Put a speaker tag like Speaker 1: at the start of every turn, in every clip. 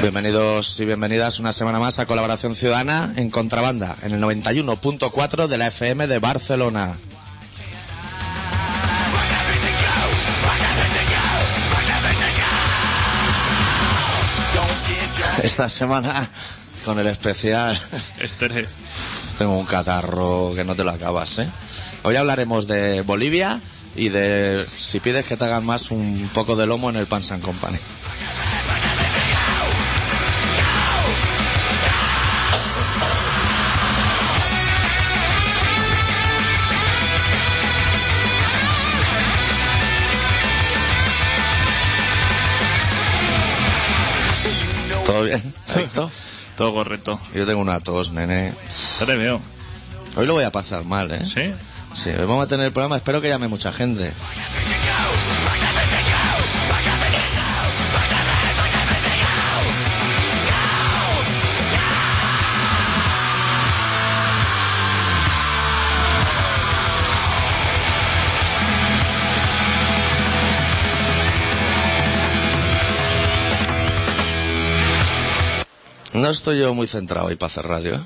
Speaker 1: Bienvenidos y bienvenidas una semana más a Colaboración Ciudadana en Contrabanda, en el 91.4 de la FM de Barcelona. Esta semana con el especial
Speaker 2: Este
Speaker 1: tengo un catarro que no te lo acabas, ¿eh? Hoy hablaremos de Bolivia y de si pides que te hagan más un poco de lomo en el Pan San Company. ¿Todo bien? ¿Adicto?
Speaker 2: todo correcto.
Speaker 1: Yo tengo una tos, nene.
Speaker 2: Ya te veo.
Speaker 1: Hoy lo voy a pasar mal, ¿eh?
Speaker 2: ¿Sí?
Speaker 1: Sí, hoy vamos a tener el programa. Espero que llame mucha gente. No estoy yo muy centrado hoy para hacer radio. ¿eh?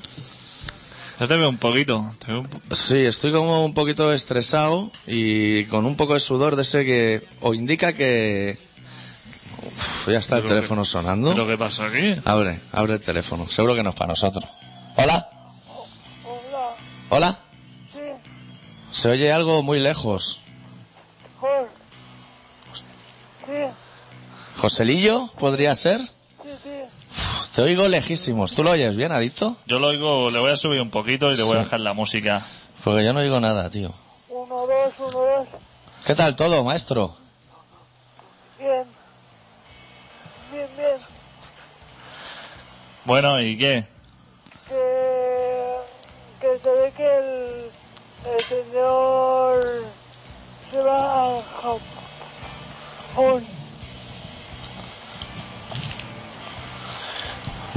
Speaker 2: Ya te veo un poquito. Te veo un po-
Speaker 1: Sí, estoy como un poquito estresado y con un poco de sudor de ese que o indica que Uf, ya está el
Speaker 2: Pero que-
Speaker 1: teléfono
Speaker 2: ¿Pero
Speaker 1: sonando.
Speaker 2: qué pasa aquí?
Speaker 1: Abre, abre el teléfono. Seguro que no es para nosotros. Hola.
Speaker 3: Hola,
Speaker 1: Hola.
Speaker 3: sí,
Speaker 1: Se oye algo muy lejos.
Speaker 3: Jorge. Sí,
Speaker 1: Joselillo, podría ser.
Speaker 3: sí, sí.
Speaker 1: Uf, Te oigo lejísimos. ¿Tú lo oyes bien, adicto?
Speaker 2: Yo lo oigo, le voy a subir un poquito y le voy a dejar la música.
Speaker 1: Porque yo no oigo nada, tío.
Speaker 3: Uno, dos, uno, dos.
Speaker 1: ¿Qué tal todo, maestro?
Speaker 3: Bien. Bien, bien.
Speaker 2: Bueno, ¿y qué?
Speaker 3: Que, que se ve que el, el señor se va a Japón.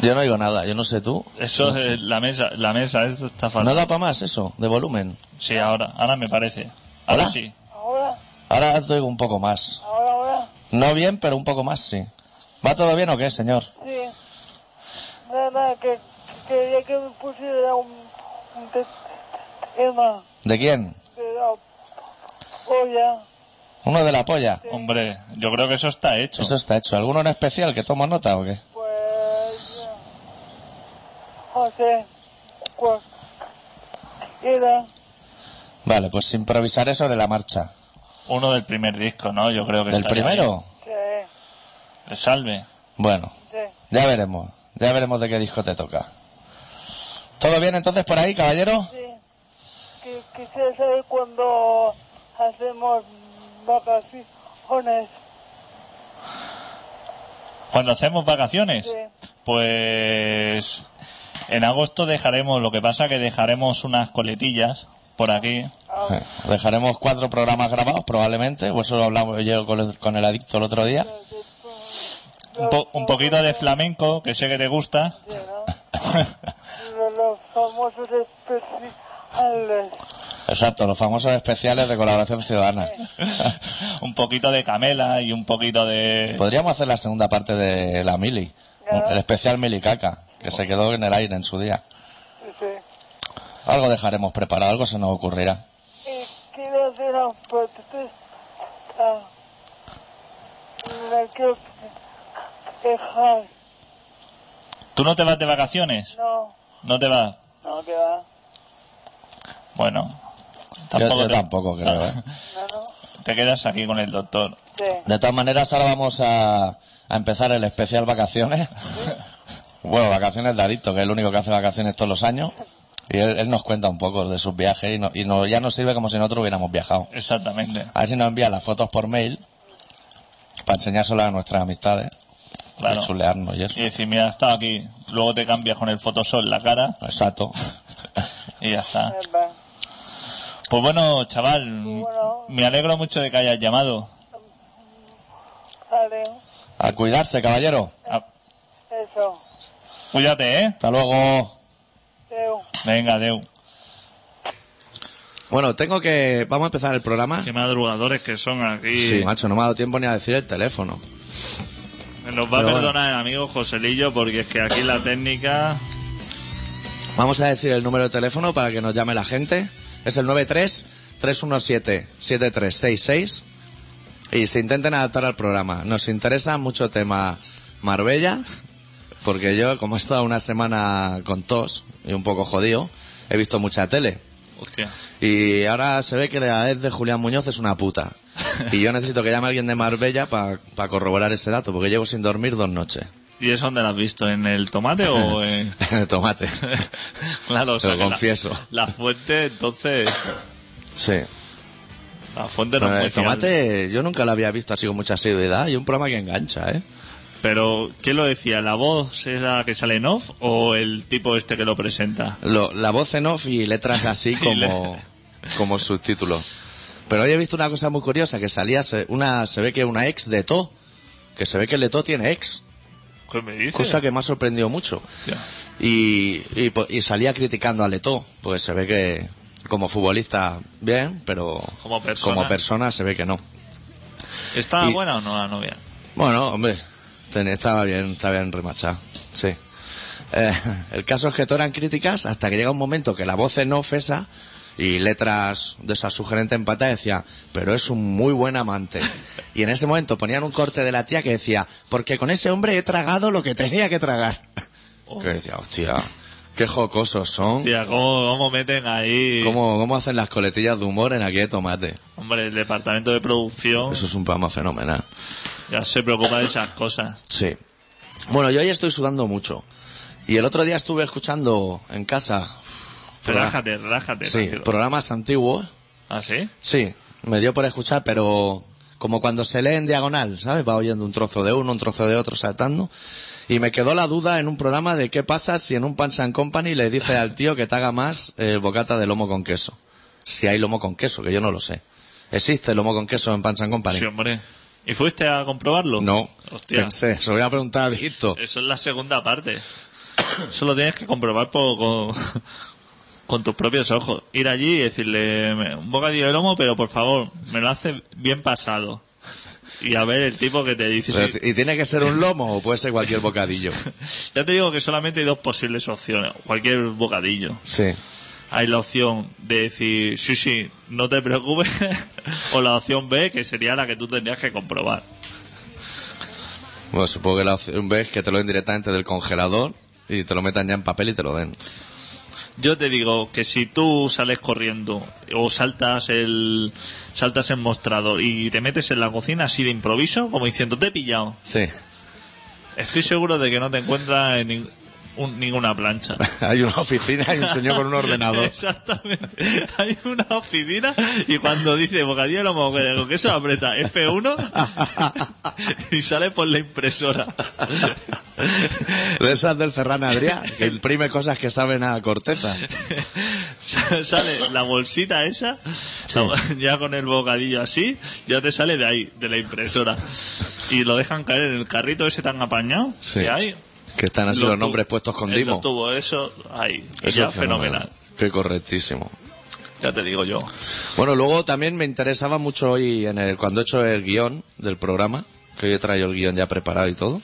Speaker 1: Yo no oigo nada. Yo no sé tú.
Speaker 2: Eso es la mesa, la mesa, esto está
Speaker 1: ¿No
Speaker 2: fatal.
Speaker 1: da para más eso? De volumen.
Speaker 2: Sí, ahora, ahora me parece. Ahora
Speaker 1: ¿Hola?
Speaker 2: sí.
Speaker 3: Ahora,
Speaker 1: Ahora te oigo un poco más.
Speaker 3: ahora, ahora.
Speaker 1: No bien, pero un poco más, sí. ¿Va todo bien o qué, señor?
Speaker 3: Sí. Nada, nada, que que quería que me pusiera un, un te- tema oh,
Speaker 1: ¿De quién?
Speaker 3: de la polla.
Speaker 1: Uno de la polla.
Speaker 2: Hombre, yo creo que eso está hecho.
Speaker 1: Eso está hecho. ¿Alguno en especial que tomo nota o qué?
Speaker 3: Pues. José. Cuac. Era.
Speaker 1: Vale, pues improvisaré sobre la marcha.
Speaker 2: Uno del primer disco, ¿no? Yo creo que
Speaker 1: ¿Del
Speaker 2: está ya
Speaker 1: primero?
Speaker 3: Sí,
Speaker 2: ahí. El Salve.
Speaker 1: Bueno,
Speaker 3: sí.
Speaker 1: ya veremos. Ya veremos de qué disco te toca. ¿Todo bien entonces por ahí, caballero?
Speaker 3: sí. Que, quisiera saber cuándo hacemos vacaciones.
Speaker 2: Cuando hacemos vacaciones,
Speaker 3: Sí.
Speaker 2: pues en agosto dejaremos, lo que pasa que dejaremos unas coletillas por aquí.
Speaker 1: Eh, Dejaremos cuatro programas grabados, probablemente. O eso lo hablamos yo con el, con el adicto el otro día.
Speaker 2: Un, po- un poquito de flamenco, que sé que te gusta.
Speaker 3: Sí, ¿no? Los, los famosos especiales.
Speaker 1: Exacto, los famosos especiales de colaboración ciudadana.
Speaker 2: un poquito de camela y un poquito de...
Speaker 1: Podríamos hacer la segunda parte de la Mili, el especial Mili Caca, que se quedó en el aire en su día.
Speaker 3: Sí.
Speaker 1: Algo dejaremos preparado, algo se nos ocurrirá.
Speaker 3: Y quiero hacer una protesta. Me quiero quejar.
Speaker 2: ¿Tú no te vas de vacaciones?
Speaker 3: No,
Speaker 2: ¿No te vas?
Speaker 3: no, que va.
Speaker 2: Bueno,
Speaker 1: Yo-
Speaker 2: tampoco
Speaker 1: yo
Speaker 2: te...
Speaker 1: tampoco creo. ¿eh?
Speaker 3: No, no.
Speaker 2: te quedas aquí con el doctor.
Speaker 3: Sí.
Speaker 1: De todas maneras, ahora vamos a, a empezar el especial vacaciones. Bueno, vacaciones de Adicto, que es el único que hace vacaciones todos los años. Y él, él nos cuenta un poco de sus viajes y, no- y no- ya nos sirve como si nosotros hubiéramos viajado.
Speaker 2: Exactamente,
Speaker 1: A ver si nos envía las fotos por mail para enseñárselas a nuestras amistades.
Speaker 2: claro.
Speaker 1: Y chulearnos y eso.
Speaker 2: Y decir, mira, está aquí. Luego te cambias con el fotosol la cara
Speaker 1: Exacto.
Speaker 2: y ya está.
Speaker 3: Eh, va.
Speaker 2: Pues bueno, chaval, m-
Speaker 3: Bueno.
Speaker 2: me alegro mucho de que hayas llamado.
Speaker 3: Vale,
Speaker 1: A cuidarse, caballero.
Speaker 2: Ah,
Speaker 3: eso.
Speaker 2: Cuídate, ¿eh?
Speaker 1: Hasta luego.
Speaker 3: Deu.
Speaker 2: Venga, Deu.
Speaker 1: Bueno, tengo que... Vamos a empezar el programa.
Speaker 2: Qué madrugadores que son aquí.
Speaker 1: Sí, macho, no me ha dado tiempo ni a decir el teléfono.
Speaker 2: Me Nos va a
Speaker 1: Pero bueno.
Speaker 2: perdonar el amigo Joselillo porque es que aquí la técnica...
Speaker 1: Vamos a decir el número de teléfono para que nos llame la gente. Es el 93-317-7366. Y se intenten adaptar al programa. Nos interesa mucho tema Marbella, porque yo, como he estado una semana con tos y un poco jodido, he visto mucha tele.
Speaker 2: Hostia.
Speaker 1: Y ahora se ve que la edad de Julián Muñoz es una puta. Y yo necesito que llame alguien de Marbella para corroborar ese dato, porque llevo sin dormir dos noches.
Speaker 2: ¿Y eso dónde lo has visto? ¿En el tomate o en...?
Speaker 1: Tomate.
Speaker 2: claro, o
Speaker 1: Te lo
Speaker 2: sea que la-
Speaker 1: confieso.
Speaker 2: La, fuente, entonces...
Speaker 1: Sí.
Speaker 2: La fuente no
Speaker 1: Bueno,
Speaker 2: es muy
Speaker 1: el tomate yo nunca lo había visto así con mucha asiduidad y un programa que engancha, ¿eh?
Speaker 2: fiable. Pero, ¿qué lo decía? ¿La voz es la que sale en off o el tipo este que lo presenta?
Speaker 1: Lo- la voz en off y letras así como, como subtítulo. Pero hoy he visto una cosa muy curiosa, que salía se- una, se ve que una ex de To, que se ve que el de To tiene ex,
Speaker 2: ¿Qué me dices?
Speaker 1: cosa que me ha sorprendido mucho.
Speaker 2: Hostia.
Speaker 1: Y, y, po- y salía criticando a Leto, pues se ve que como futbolista bien, pero
Speaker 2: Como persona.
Speaker 1: como persona se ve que no.
Speaker 2: ¿Está
Speaker 1: Y-
Speaker 2: buena o no la novia?
Speaker 1: Bueno, hombre, ten- estaba bien, estaba bien remachado, sí. Eh, el caso es que todo eran críticas hasta que llega un momento que la voz no off esa y letras de esa sugerente empata decía, pero es un muy buen amante. Y en ese momento ponían un corte de la tía que decía, porque con ese hombre he tragado lo que tenía que tragar.
Speaker 2: Oh.
Speaker 1: Que decía, hostia, qué jocosos son.
Speaker 2: Hostia, ¿cómo, cómo meten ahí?
Speaker 1: ¿Cómo, cómo hacen las coletillas de humor en aquí de tomate?
Speaker 2: Hombre, el departamento de producción
Speaker 1: Eso es un programa fenomenal.
Speaker 2: ya se preocupa de esas cosas.
Speaker 1: Sí. Bueno, yo hoy estoy sudando mucho. Y el otro día estuve escuchando en casa. programa-
Speaker 2: Relájate, relájate.
Speaker 1: Sí,
Speaker 2: tranquilo.
Speaker 1: programas antiguos.
Speaker 2: ¿Ah, sí?
Speaker 1: Sí, me dio por escuchar, pero como cuando se lee en diagonal, ¿sabes? Va oyendo un trozo de uno, un trozo de otro saltando. Y me quedó la duda en un programa de qué pasa si en un Pants and Company le dice al tío que te haga más eh, bocata de lomo con queso. Si hay lomo con queso, que yo no lo sé. ¿Existe lomo con queso en Pants and Company?
Speaker 2: Sí, hombre. ¿Y fuiste a comprobarlo?
Speaker 1: No.
Speaker 2: Hostia, Eh,
Speaker 1: Pensé, se lo voy a preguntar a Víctor.
Speaker 2: eso es la segunda parte. Eso lo tienes que comprobar po- con, con tus propios ojos. Ir allí y decirle "Me- un bocadillo de lomo, pero por favor, me lo hace bien pasado. Y a ver el tipo que te dice.
Speaker 1: Pero
Speaker 2: sí.
Speaker 1: t- ¿Y tiene que ser un lomo o puede ser cualquier bocadillo?
Speaker 2: Ya te digo que solamente hay dos posibles opciones. Cualquier bocadillo.
Speaker 1: Sí.
Speaker 2: Hay la opción de decir, sí, sí, no te preocupes, o la opción B, que sería la que tú tendrías que comprobar.
Speaker 1: Bueno, supongo que la opción B es que te lo den directamente del congelador y te lo metan ya en papel y te lo den.
Speaker 2: Yo te digo que si tú sales corriendo o saltas el saltas el mostrador y te metes en la cocina así de improviso, como diciendo, te he pillado,
Speaker 1: Sí.
Speaker 2: estoy seguro de que no te encuentras en nin- un- ninguna plancha.
Speaker 1: Hay una oficina y un señor con un ordenador.
Speaker 2: Exactamente. Hay una oficina y cuando dice bocadillo de lomo con queso aprieta F1 y sale por la impresora.
Speaker 1: De esas del Ferran Adrià, que imprime cosas que saben a corteza.
Speaker 2: sale la bolsita esa, la- ya con el bocadillo así, ya te sale de ahí, de la impresora. Y lo dejan caer en el carrito ese tan apañado
Speaker 1: Sí.
Speaker 2: que hay.
Speaker 1: Que están así los,
Speaker 2: tu-
Speaker 1: nombres puestos con
Speaker 2: en
Speaker 1: Dimo.
Speaker 2: Los tubos, eso, ahí. Y
Speaker 1: Eso
Speaker 2: ya
Speaker 1: es
Speaker 2: fenomenal.
Speaker 1: Qué correctísimo.
Speaker 2: Ya te digo yo.
Speaker 1: Bueno, luego también me interesaba mucho hoy, en el, cuando he hecho el guión del programa, que hoy he traído el guión ya preparado y todo,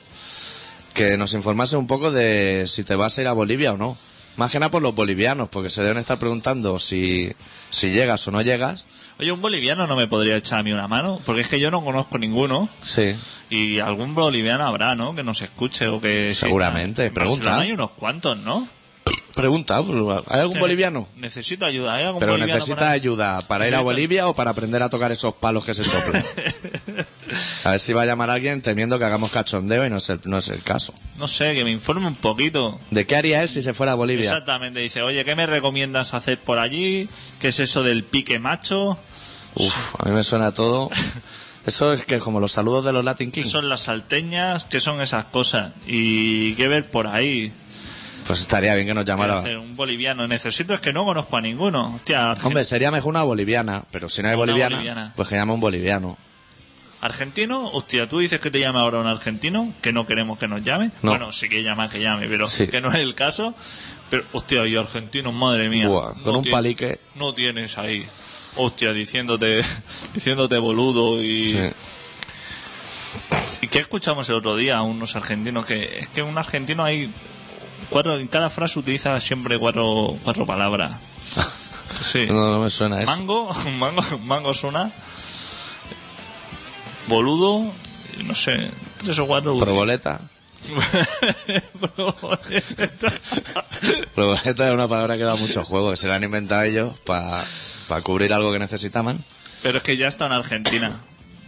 Speaker 1: que nos informase un poco de si te vas a ir a Bolivia o no. Más que nada por los bolivianos, porque se deben estar preguntando si, si llegas o no llegas.
Speaker 2: Oye, un boliviano no me podría echar a mí una mano, porque es que yo no conozco ninguno.
Speaker 1: Sí.
Speaker 2: Y algún boliviano habrá, ¿no? Que nos escuche o que. exista.
Speaker 1: Seguramente,
Speaker 2: En
Speaker 1: pregunta.
Speaker 2: Barcelona hay unos cuantos, ¿no?
Speaker 1: Pregunta, ¿hay algún boliviano?
Speaker 2: Necesito ayuda. ¿Hay algún
Speaker 1: Pero
Speaker 2: boliviano por
Speaker 1: necesita
Speaker 2: ahí?
Speaker 1: ayuda para ir a
Speaker 2: Necesita-
Speaker 1: Bolivia o para aprender a tocar esos palos que se soplan. A ver si va a llamar alguien temiendo que hagamos cachondeo y no es el, no es el caso.
Speaker 2: No sé, que me informe un poquito.
Speaker 1: ¿De qué haría él si se fuera a Bolivia?
Speaker 2: Exactamente, dice, oye, ¿qué me recomiendas hacer por allí? ¿Qué es eso del pique macho?
Speaker 1: Uf, a mí me suena todo. Eso es que como los saludos de los Latin
Speaker 2: ¿Qué
Speaker 1: Kings.
Speaker 2: son las salteñas? ¿Qué son esas cosas? Y qué ver por ahí.
Speaker 1: Pues estaría bien que nos
Speaker 2: ¿Qué
Speaker 1: llamara.
Speaker 2: hacer? Un boliviano. Necesito es que no conozco a ninguno. Hostia, Argen-
Speaker 1: Hombre, sería mejor una boliviana, pero si no hay
Speaker 2: Una
Speaker 1: boliviana,
Speaker 2: boliviana.
Speaker 1: pues que llame un boliviano.
Speaker 2: argentino, hostia, tú dices que te llame ahora un argentino, que no queremos que nos llame.
Speaker 1: No.
Speaker 2: Bueno, sí que llama, que llame, pero
Speaker 1: Sí.
Speaker 2: que no es el caso. Pero, hostia, y argentinos, madre mía.
Speaker 1: Buah, con un
Speaker 2: tie-
Speaker 1: palique.
Speaker 2: No tienes ahí. Hostia, diciéndote, diciéndote boludo y...
Speaker 1: Sí.
Speaker 2: ¿Y qué escuchamos el otro día a unos argentinos? Que es que un argentino hay cuatro, en cada frase utiliza siempre cuatro, cuatro palabras. Sí.
Speaker 1: No, no me suena eso.
Speaker 2: Mango, mango, mango es una. Boludo, y no sé, tres o cuatro.
Speaker 1: Proboleta.
Speaker 2: Proboleta.
Speaker 1: Proboleta es una palabra que da mucho juego, que se la han inventado ellos para cubrir algo que necesitaban.
Speaker 2: Pero es que ya está en Argentina.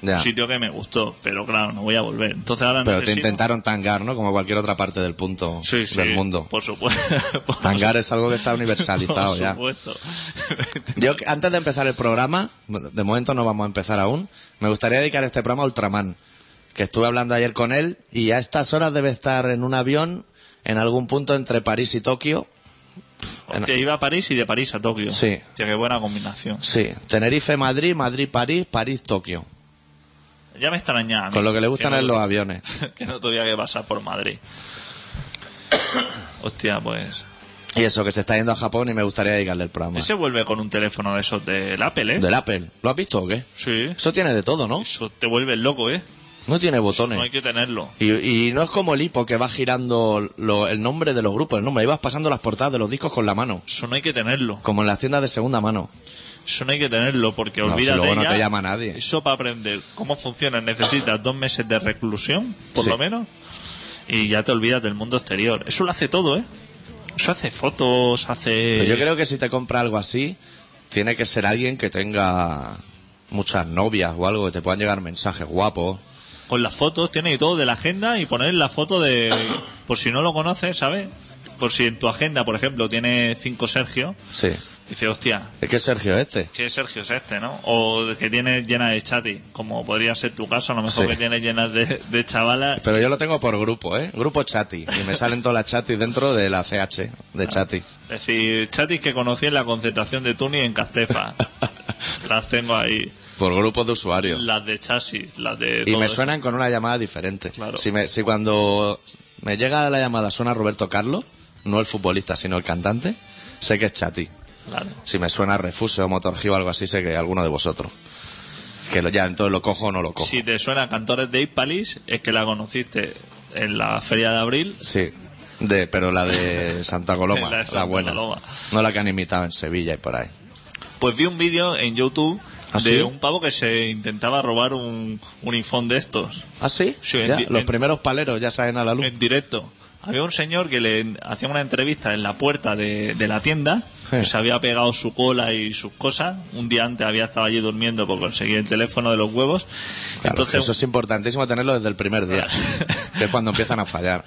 Speaker 1: Ya.
Speaker 2: Un sitio que me gustó, pero claro, no voy a volver. Entonces ahora
Speaker 1: Pero te
Speaker 2: necesito-
Speaker 1: intentaron tangar, ¿no? Como cualquier otra parte del punto
Speaker 2: Sí, sí,
Speaker 1: del mundo.
Speaker 2: Por supuesto. Por
Speaker 1: Tangar es algo que está universalizado ya.
Speaker 2: Por supuesto.
Speaker 1: Yo, que- antes de empezar el programa, de momento no vamos a empezar aún, me gustaría dedicar este programa a Ultraman, que estuve hablando ayer con él y a estas horas debe estar en un avión en algún punto entre París y Tokio.
Speaker 2: Hostia, iba a París y de París a Tokio.
Speaker 1: Sí.
Speaker 2: Hostia, qué buena combinación.
Speaker 1: Sí, Tenerife, Madrid, Madrid, París, París, Tokio.
Speaker 2: Ya me extraña. a mí
Speaker 1: Con lo que le gustan
Speaker 2: no-
Speaker 1: es los aviones.
Speaker 2: Que no tuviera que pasar por Madrid. Hostia, pues.
Speaker 1: Y eso, que se está yendo a Japón y me gustaría dedicarle el programa.
Speaker 2: Ese vuelve con un teléfono de esos del Apple, ¿eh?
Speaker 1: Del Apple. ¿Lo has visto o qué?
Speaker 2: Sí.
Speaker 1: Eso tiene de todo, ¿no?
Speaker 2: Eso te vuelve loco, ¿eh?
Speaker 1: No tiene botones.
Speaker 2: No hay que tenerlo.
Speaker 1: Y, y no es como el hipo que va girando lo- el nombre de los grupos, el nombre. Ibas pasando las portadas de los discos con la mano.
Speaker 2: Eso no hay que tenerlo.
Speaker 1: Como en las tiendas de segunda mano.
Speaker 2: Eso no hay que tenerlo porque
Speaker 1: No, si
Speaker 2: olvídate
Speaker 1: luego no
Speaker 2: ya.
Speaker 1: te llama nadie.
Speaker 2: Eso para aprender cómo funciona necesitas dos meses de reclusión, por
Speaker 1: Sí.
Speaker 2: lo menos, y ya te olvidas del mundo exterior. Eso lo hace todo, ¿eh? Eso hace fotos, hace...
Speaker 1: Pero yo creo que si te compra algo así, tiene que ser alguien que tenga muchas novias o algo, que te puedan llegar mensajes guapos.
Speaker 2: Con las fotos tiene y todo de la agenda y poner la foto de... Por si no lo conoces, ¿sabes? Por si en tu agenda, por ejemplo, tiene cinco Sergio,
Speaker 1: Sí.
Speaker 2: dice, hostia,
Speaker 1: Es que Sergio es este.
Speaker 2: ¿qué Sergio es este, no? O que tiene llena de chatis, como podría ser tu caso, a lo mejor
Speaker 1: Sí.
Speaker 2: que tiene llena de, de chavalas
Speaker 1: Pero yo lo tengo por grupo, ¿eh? Grupo Chati. Y me salen todas las chatis dentro de la CH, de Chati.
Speaker 2: Es decir, chatis que conocí en la concentración de Tuni en Castefa. las tengo ahí.
Speaker 1: Por grupos de usuarios.
Speaker 2: Las de chasis, las de.
Speaker 1: Y
Speaker 2: todo
Speaker 1: me
Speaker 2: eso.
Speaker 1: suenan con una llamada diferente.
Speaker 2: Claro.
Speaker 1: Si, me- si cuando me llega la llamada suena Roberto Carlos, no el futbolista, sino el cantante, sé que es Chati.
Speaker 2: Claro.
Speaker 1: Si me suena Refuse o Motorgeo o algo así, sé que alguno de vosotros. Que lo- ya, entonces lo cojo o no lo cojo.
Speaker 2: Si te suenan cantores de Ipalis, es que la conociste en la feria de abril.
Speaker 1: Sí. De, pero la de Santa Coloma,
Speaker 2: La
Speaker 1: la,
Speaker 2: de Santa
Speaker 1: buena.
Speaker 2: Coloma.
Speaker 1: No la que han imitado en Sevilla y por ahí.
Speaker 2: Pues vi un vídeo en YouTube
Speaker 1: ¿Ah,
Speaker 2: de
Speaker 1: sí?
Speaker 2: un pavo que se intentaba robar un, un infón de estos.
Speaker 1: ¿Ah, sí?
Speaker 2: Sí,
Speaker 1: Ya,
Speaker 2: en di-
Speaker 1: los
Speaker 2: en-
Speaker 1: primeros paleros ya salen a la luz.
Speaker 2: En directo. Había un señor que le hacía una entrevista en la puerta de, de la tienda, que se había pegado su cola y sus cosas. Un día antes había estado allí durmiendo por conseguir el teléfono de los huevos.
Speaker 1: Claro,
Speaker 2: Entonces,
Speaker 1: eso es importantísimo tenerlo desde el primer día. que es cuando empiezan a fallar.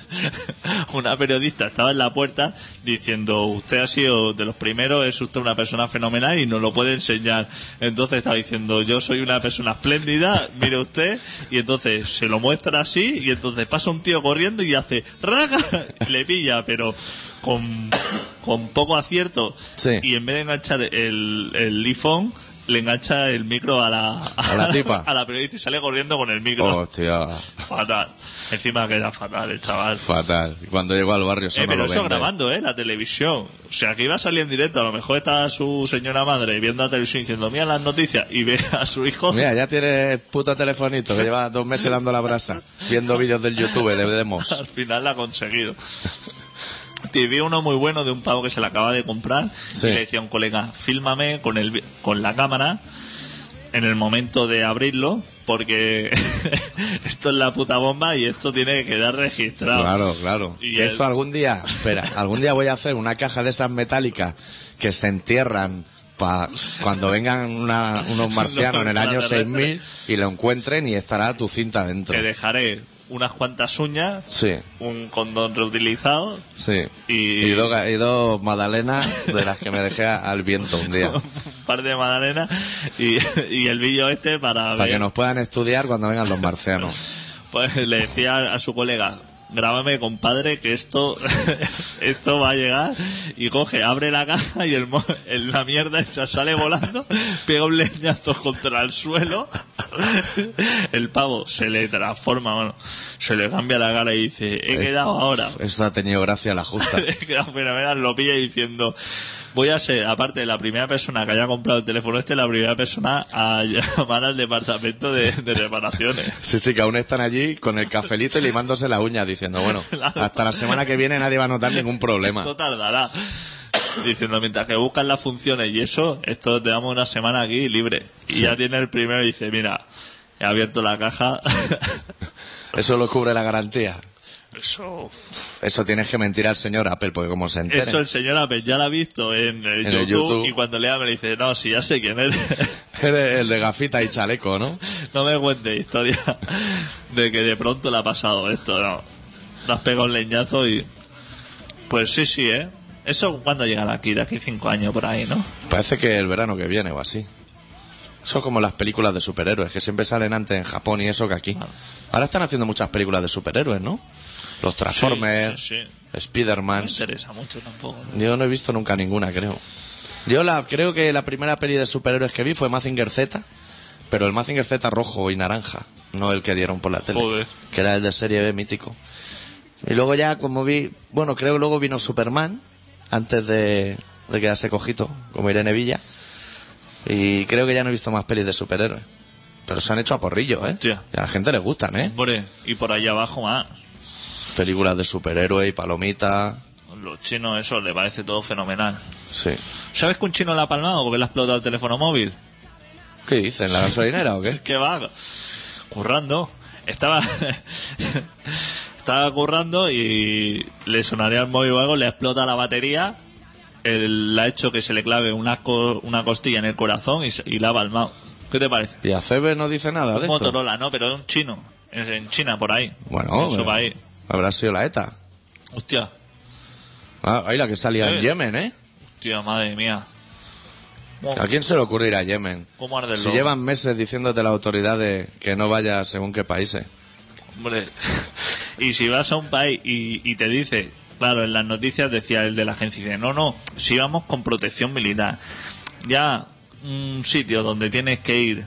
Speaker 2: una periodista estaba en la puerta diciendo, usted ha sido de los primeros, es usted una persona fenomenal y nos lo puede enseñar. Entonces estaba diciendo, yo soy una persona espléndida, mire usted, y entonces se lo muestra así, y entonces pasa un tío corriendo y hace, raga, y le pilla, pero con, con poco acierto.
Speaker 1: Sí.
Speaker 2: Y en vez de enganchar el, el iPhone, le engancha el micro a la,
Speaker 1: A la tipa. Oh.
Speaker 2: a la periodista y sale corriendo con el micro.
Speaker 1: Hostia,
Speaker 2: Fatal. Encima que era fatal el chaval.
Speaker 1: fatal. Cuando llegó al barrio, eso
Speaker 2: Eh,
Speaker 1: no
Speaker 2: pero
Speaker 1: lo
Speaker 2: eso
Speaker 1: vende.
Speaker 2: grabando, ¿eh? La televisión. O sea, que iba a salir en directo. A lo mejor está su señora madre viendo la televisión diciendo, mira las noticias y ve a su hijo.
Speaker 1: Mira, ya tienes puto telefonito que lleva dos meses dando la brasa, viendo vídeos del YouTube de demos.
Speaker 2: Al final la ha conseguido. Te vi uno muy bueno de un pavo que se le acaba de comprar
Speaker 1: Sí.
Speaker 2: y le decía a un colega, fílmame con, el, vi- con la cámara en el momento de abrirlo porque esto es la puta bomba y esto tiene que quedar registrado.
Speaker 1: Claro, claro.
Speaker 2: Y
Speaker 1: Que
Speaker 2: el-
Speaker 1: esto algún día, espera, algún día voy a hacer una caja de esas metálicas que se entierran para cuando vengan una- unos marcianos en el año 6000 y lo encuentren y estará tu cinta dentro.
Speaker 2: Te dejaré unas cuantas uñas,
Speaker 1: Sí,
Speaker 2: un condón reutilizado
Speaker 1: sí.
Speaker 2: Y-
Speaker 1: Y, dos, y dos magdalenas de las que me dejé al viento un día.
Speaker 2: un par de magdalenas y, y el vídeo este para,
Speaker 1: Para
Speaker 2: ver.
Speaker 1: que nos puedan estudiar cuando vengan los marcianos.
Speaker 2: Pues le decía a su colega, grábame compadre que esto esto va a llegar y coge abre la caja y el, mo- el- la mierda esa sale volando pega un leñazo contra el suelo el pavo se le transforma bueno, se le cambia la cara y dice he quedado ahora
Speaker 1: Esto ha tenido gracia la justa.
Speaker 2: que la fenomenal lo pilla diciendo voy a ser aparte de la primera persona que haya comprado el teléfono este la primera persona a llamar al departamento de, de reparaciones
Speaker 1: Sí, sí, que aún están allí con el cafelito y limándose la uña diciendo, bueno, hasta la semana que viene nadie va a notar ningún problema.
Speaker 2: esto tardará diciendo mientras que buscan las funciones y eso esto te damos una semana aquí libre y ya tiene el primero y dice mira he abierto la caja
Speaker 1: Eso lo cubre la garantía.
Speaker 2: eso
Speaker 1: Eso tienes que mentir al señor Apple, porque como se entere...
Speaker 2: eso el señor Apple ya lo ha visto en, el
Speaker 1: En el
Speaker 2: YouTube,
Speaker 1: YouTube.
Speaker 2: y cuando le habla le dice no si ya sé quién eres
Speaker 1: Eres el de gafita y chaleco, ¿no?
Speaker 2: No me cuentes historia de que de pronto le ha pasado esto, no. Le has pegado un leñazo y. Pues sí, sí, ¿eh? Eso cuando llegará aquí, de aquí cinco años por ahí, ¿no?
Speaker 1: Parece que el verano que viene o así. Eso es como las películas de superhéroes, que siempre salen antes en Japón y eso que aquí. Ahora están haciendo muchas películas de superhéroes, ¿no? Los Transformers,
Speaker 2: Sí, sí, No
Speaker 1: Spider-Man.
Speaker 2: me interesa mucho tampoco. ¿no?
Speaker 1: Yo no he visto nunca ninguna, creo. Yo la, creo que la primera peli de superhéroes que vi fue Mazinger Z, pero el Mazinger Z rojo y naranja, no el que dieron por la tele.
Speaker 2: Joder.
Speaker 1: Que era el de serie B mítico. Y luego ya, como vi, bueno, creo que luego vino Superman, antes de, de quedarse cojito, como Irene Villa. Y creo que ya no he visto más pelis de superhéroes. Pero se han hecho a porrillo, ¿eh?
Speaker 2: Hostia.
Speaker 1: Y a la gente le gustan, ¿eh?
Speaker 2: Hombre, y por ahí abajo más.
Speaker 1: Películas de superhéroes y palomita.
Speaker 2: Los chinos, eso le parece todo fenomenal.
Speaker 1: Sí.
Speaker 2: ¿Sabes que un chino la ha palmado porque le ha explotado el teléfono móvil?
Speaker 1: ¿Qué dicen? ¿La gasolinera o qué?
Speaker 2: ¿Qué va? Currando. Estaba. estaba currando y le sonaría el móvil o algo, le explota la batería. el- le ha hecho que se le clave una, co- una costilla en el corazón y, se- y la ha palmado. ¿Qué te parece?
Speaker 1: ¿Y Acebe no dice nada de
Speaker 2: Un
Speaker 1: esto?
Speaker 2: Motorola, no, pero es un chino. Es en China, por ahí.
Speaker 1: Bueno,
Speaker 2: en su
Speaker 1: pero
Speaker 2: país.
Speaker 1: habrá sido la ETA.
Speaker 2: Hostia,
Speaker 1: Ah, ahí la que salía en
Speaker 2: Eh.
Speaker 1: Yemen, ¿eh?
Speaker 2: hostia, madre mía. Mo-
Speaker 1: ¿A quién se le ocurrirá Yemen?
Speaker 2: ¿Cómo arde el
Speaker 1: Si
Speaker 2: lobo?
Speaker 1: llevan meses diciéndote las autoridades que no vayas según qué países.
Speaker 2: Hombre, y si vas a un país y, y te dice, claro, en las noticias decía el de la agencia, dice, no, no, si vamos con protección militar, ya un sitio donde tienes que ir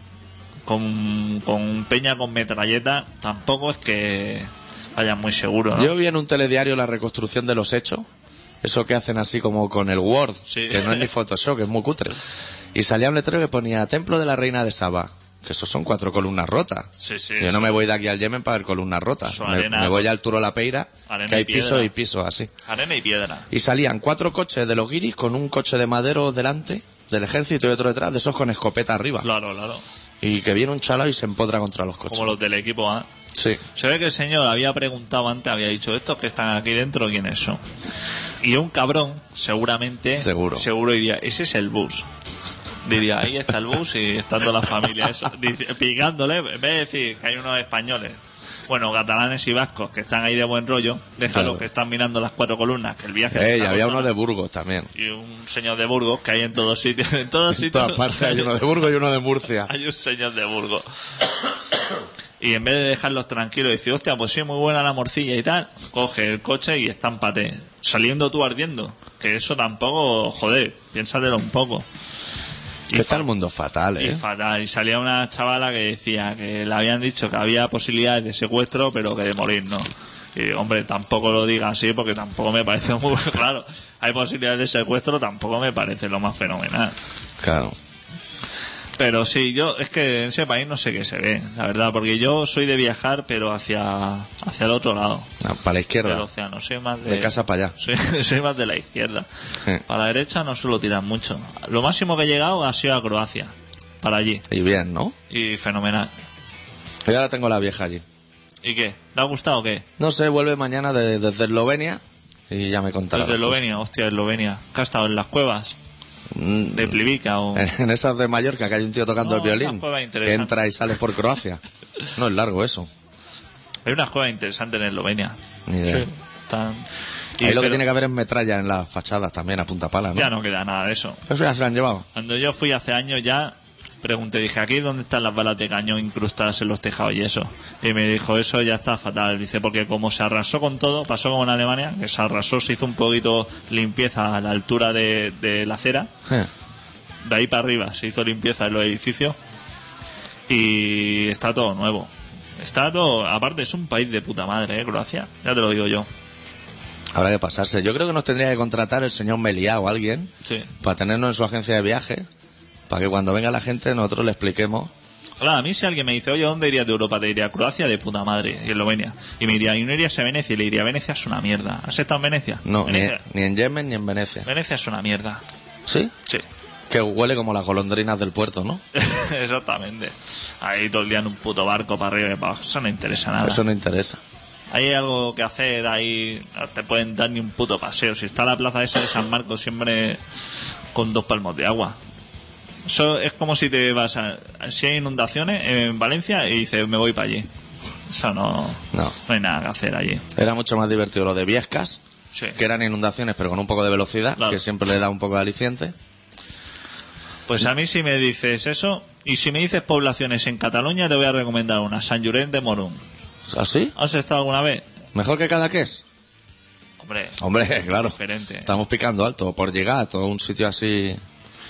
Speaker 2: con, con peña con metralleta, tampoco es que vaya muy seguro, ¿no?
Speaker 1: Yo vi en un telediario la reconstrucción de los hechos. Eso que hacen así como con el Word,
Speaker 2: Sí.
Speaker 1: que no es ni Photoshop, que es muy cutre. Y salía un letrero que ponía Templo de la Reina de Saba. Que eso son cuatro columnas rotas.
Speaker 2: Sí, sí,
Speaker 1: Yo
Speaker 2: sí.
Speaker 1: no me voy de aquí al Yemen para ver columnas rotas.
Speaker 2: Eso,
Speaker 1: Me,
Speaker 2: arena.
Speaker 1: me voy al Turo La Peira,
Speaker 2: Arena
Speaker 1: que
Speaker 2: y
Speaker 1: hay piso
Speaker 2: piedra.
Speaker 1: y piso así.
Speaker 2: Arena y piedra.
Speaker 1: Y salían cuatro coches de los guiris con un coche de madero delante del ejército y otro detrás, de esos con escopeta arriba.
Speaker 2: Claro, claro.
Speaker 1: Y que viene un chalao y se empotra contra los coches.
Speaker 2: Como los del equipo A.
Speaker 1: Sí.
Speaker 2: Se ve que el señor había preguntado antes, había dicho, estos que están aquí dentro, ¿quiénes son? Y un cabrón, seguramente,
Speaker 1: Seguro.
Speaker 2: diría, ese es el bus. Diría, ahí está el bus y está toda la familia. Eso, dice- picándole, en vez de decir que hay unos españoles, bueno, catalanes y vascos, que están ahí de buen rollo, déjalo
Speaker 1: Claro.
Speaker 2: que están mirando las cuatro columnas, que el viaje...
Speaker 1: Eh, y
Speaker 2: está
Speaker 1: había uno
Speaker 2: cortado.
Speaker 1: de Burgos también.
Speaker 2: Y un señor de Burgos, que hay en todos sitios. En todos
Speaker 1: En
Speaker 2: sitios...
Speaker 1: todas partes hay uno de Burgos y uno de Murcia.
Speaker 2: Hay un señor de Burgos. Y en vez de dejarlos tranquilos, dice, hostia, pues sí, muy buena la morcilla y tal, coge el coche y estámpate. Saliendo tú ardiendo. Que eso tampoco, joder, piénsatelo un poco.
Speaker 1: Que está el mundo fatal,
Speaker 2: Y
Speaker 1: ¿eh?
Speaker 2: fatal. Y salía una chavala que decía que le habían dicho que había posibilidades de secuestro, pero que de morir no. Y hombre, tampoco lo diga así porque tampoco me parece muy claro. Hay posibilidades de secuestro, tampoco me parece lo más fenomenal.
Speaker 1: Claro.
Speaker 2: Pero sí, yo es que en ese país no sé qué se ve, la verdad, porque yo soy de viajar, pero hacia, hacia el otro lado
Speaker 1: Ah, Para la
Speaker 2: del
Speaker 1: izquierda.
Speaker 2: océano. Soy más de,
Speaker 1: De casa para allá.
Speaker 2: Soy, soy más de la izquierda.
Speaker 1: Sí.
Speaker 2: Para la derecha no suelo tirar mucho. Lo máximo que he llegado ha sido a Croacia, para allí.
Speaker 1: Y bien, ¿no?
Speaker 2: Y fenomenal.
Speaker 1: Yo ahora tengo la vieja allí.
Speaker 2: ¿Y qué? ¿Le ha gustado o qué?
Speaker 1: No sé, vuelve mañana de- desde Eslovenia y ya me contará.
Speaker 2: Desde
Speaker 1: las
Speaker 2: Eslovenia, hostia, Eslovenia. ¿Qué ha estado? ¿En las cuevas?
Speaker 1: Mm,
Speaker 2: ¿De Plivica o...?
Speaker 1: cosas. En esas de Mallorca que hay un tío tocando
Speaker 2: No,
Speaker 1: el violín.
Speaker 2: una cueva
Speaker 1: Que
Speaker 2: interesante.
Speaker 1: entra y sales por Croacia. No es largo eso.
Speaker 2: Hay unas cuevas interesantes en Eslovenia.
Speaker 1: Ni idea.
Speaker 2: Sí, están- y-
Speaker 1: Ahí lo que
Speaker 2: pero
Speaker 1: tiene que haber es metralla en las fachadas también, a punta pala, ¿no?
Speaker 2: Ya no queda nada de eso.
Speaker 1: Eso ya se lo han llevado.
Speaker 2: Cuando yo fui hace años ya, pregunté, dije, ¿aquí dónde están las balas de cañón incrustadas en los tejados y eso? Y me dijo, eso ya está fatal. Dice, porque como se arrasó con todo, pasó como en Alemania, que se arrasó, se hizo un poquito limpieza a la altura de, de la acera.
Speaker 1: Eh,
Speaker 2: De ahí para arriba se hizo limpieza en los edificios y está todo nuevo. Está todo, aparte es un país de puta madre, ¿eh? Croacia, ya te lo digo yo.
Speaker 1: Habrá que pasarse. Yo creo que nos tendría que contratar el señor Meliá o alguien
Speaker 2: Sí.
Speaker 1: para tenernos en su agencia de viaje, para que cuando venga la gente nosotros le expliquemos.
Speaker 2: Claro, a mí si alguien me dice, oye, ¿dónde irías de Europa? Te diría Croacia de puta madre, y Eslovenia. Y me diría, y no irías a Venecia, y le diría, Venecia es una mierda. ¿Has estado en Venecia?
Speaker 1: No, ni,
Speaker 2: Venecia,
Speaker 1: ni en Yemen ni en Venecia.
Speaker 2: Venecia es una mierda.
Speaker 1: ¿Sí?
Speaker 2: Sí,
Speaker 1: Que huele como las golondrinas del puerto, ¿no?
Speaker 2: exactamente. Ahí todo el día en un puto barco para arriba y para abajo, eso no interesa nada.
Speaker 1: Eso no interesa.
Speaker 2: Ahí hay algo que hacer, ahí no te pueden dar ni un puto paseo. Si está la plaza esa de San Marcos siempre con dos palmos de agua. Eso es como si te vas a... Si hay inundaciones en Valencia y dices, me voy para allí. Eso no...
Speaker 1: No.
Speaker 2: No hay nada que hacer allí.
Speaker 1: Era mucho más divertido lo de Viescas,
Speaker 2: Sí.
Speaker 1: que eran inundaciones pero con un poco de velocidad,
Speaker 2: Claro.
Speaker 1: que siempre le da un poco de aliciente.
Speaker 2: Pues a mí si me dices eso, y si me dices poblaciones en Cataluña, te voy a recomendar una, San Llorenç de Morón.
Speaker 1: ¿Así?
Speaker 2: ¿Has estado alguna vez?
Speaker 1: ¿Mejor que cada que es?
Speaker 2: Hombre,
Speaker 1: Hombre, claro.
Speaker 2: Diferente.
Speaker 1: Estamos picando alto por llegar a un sitio así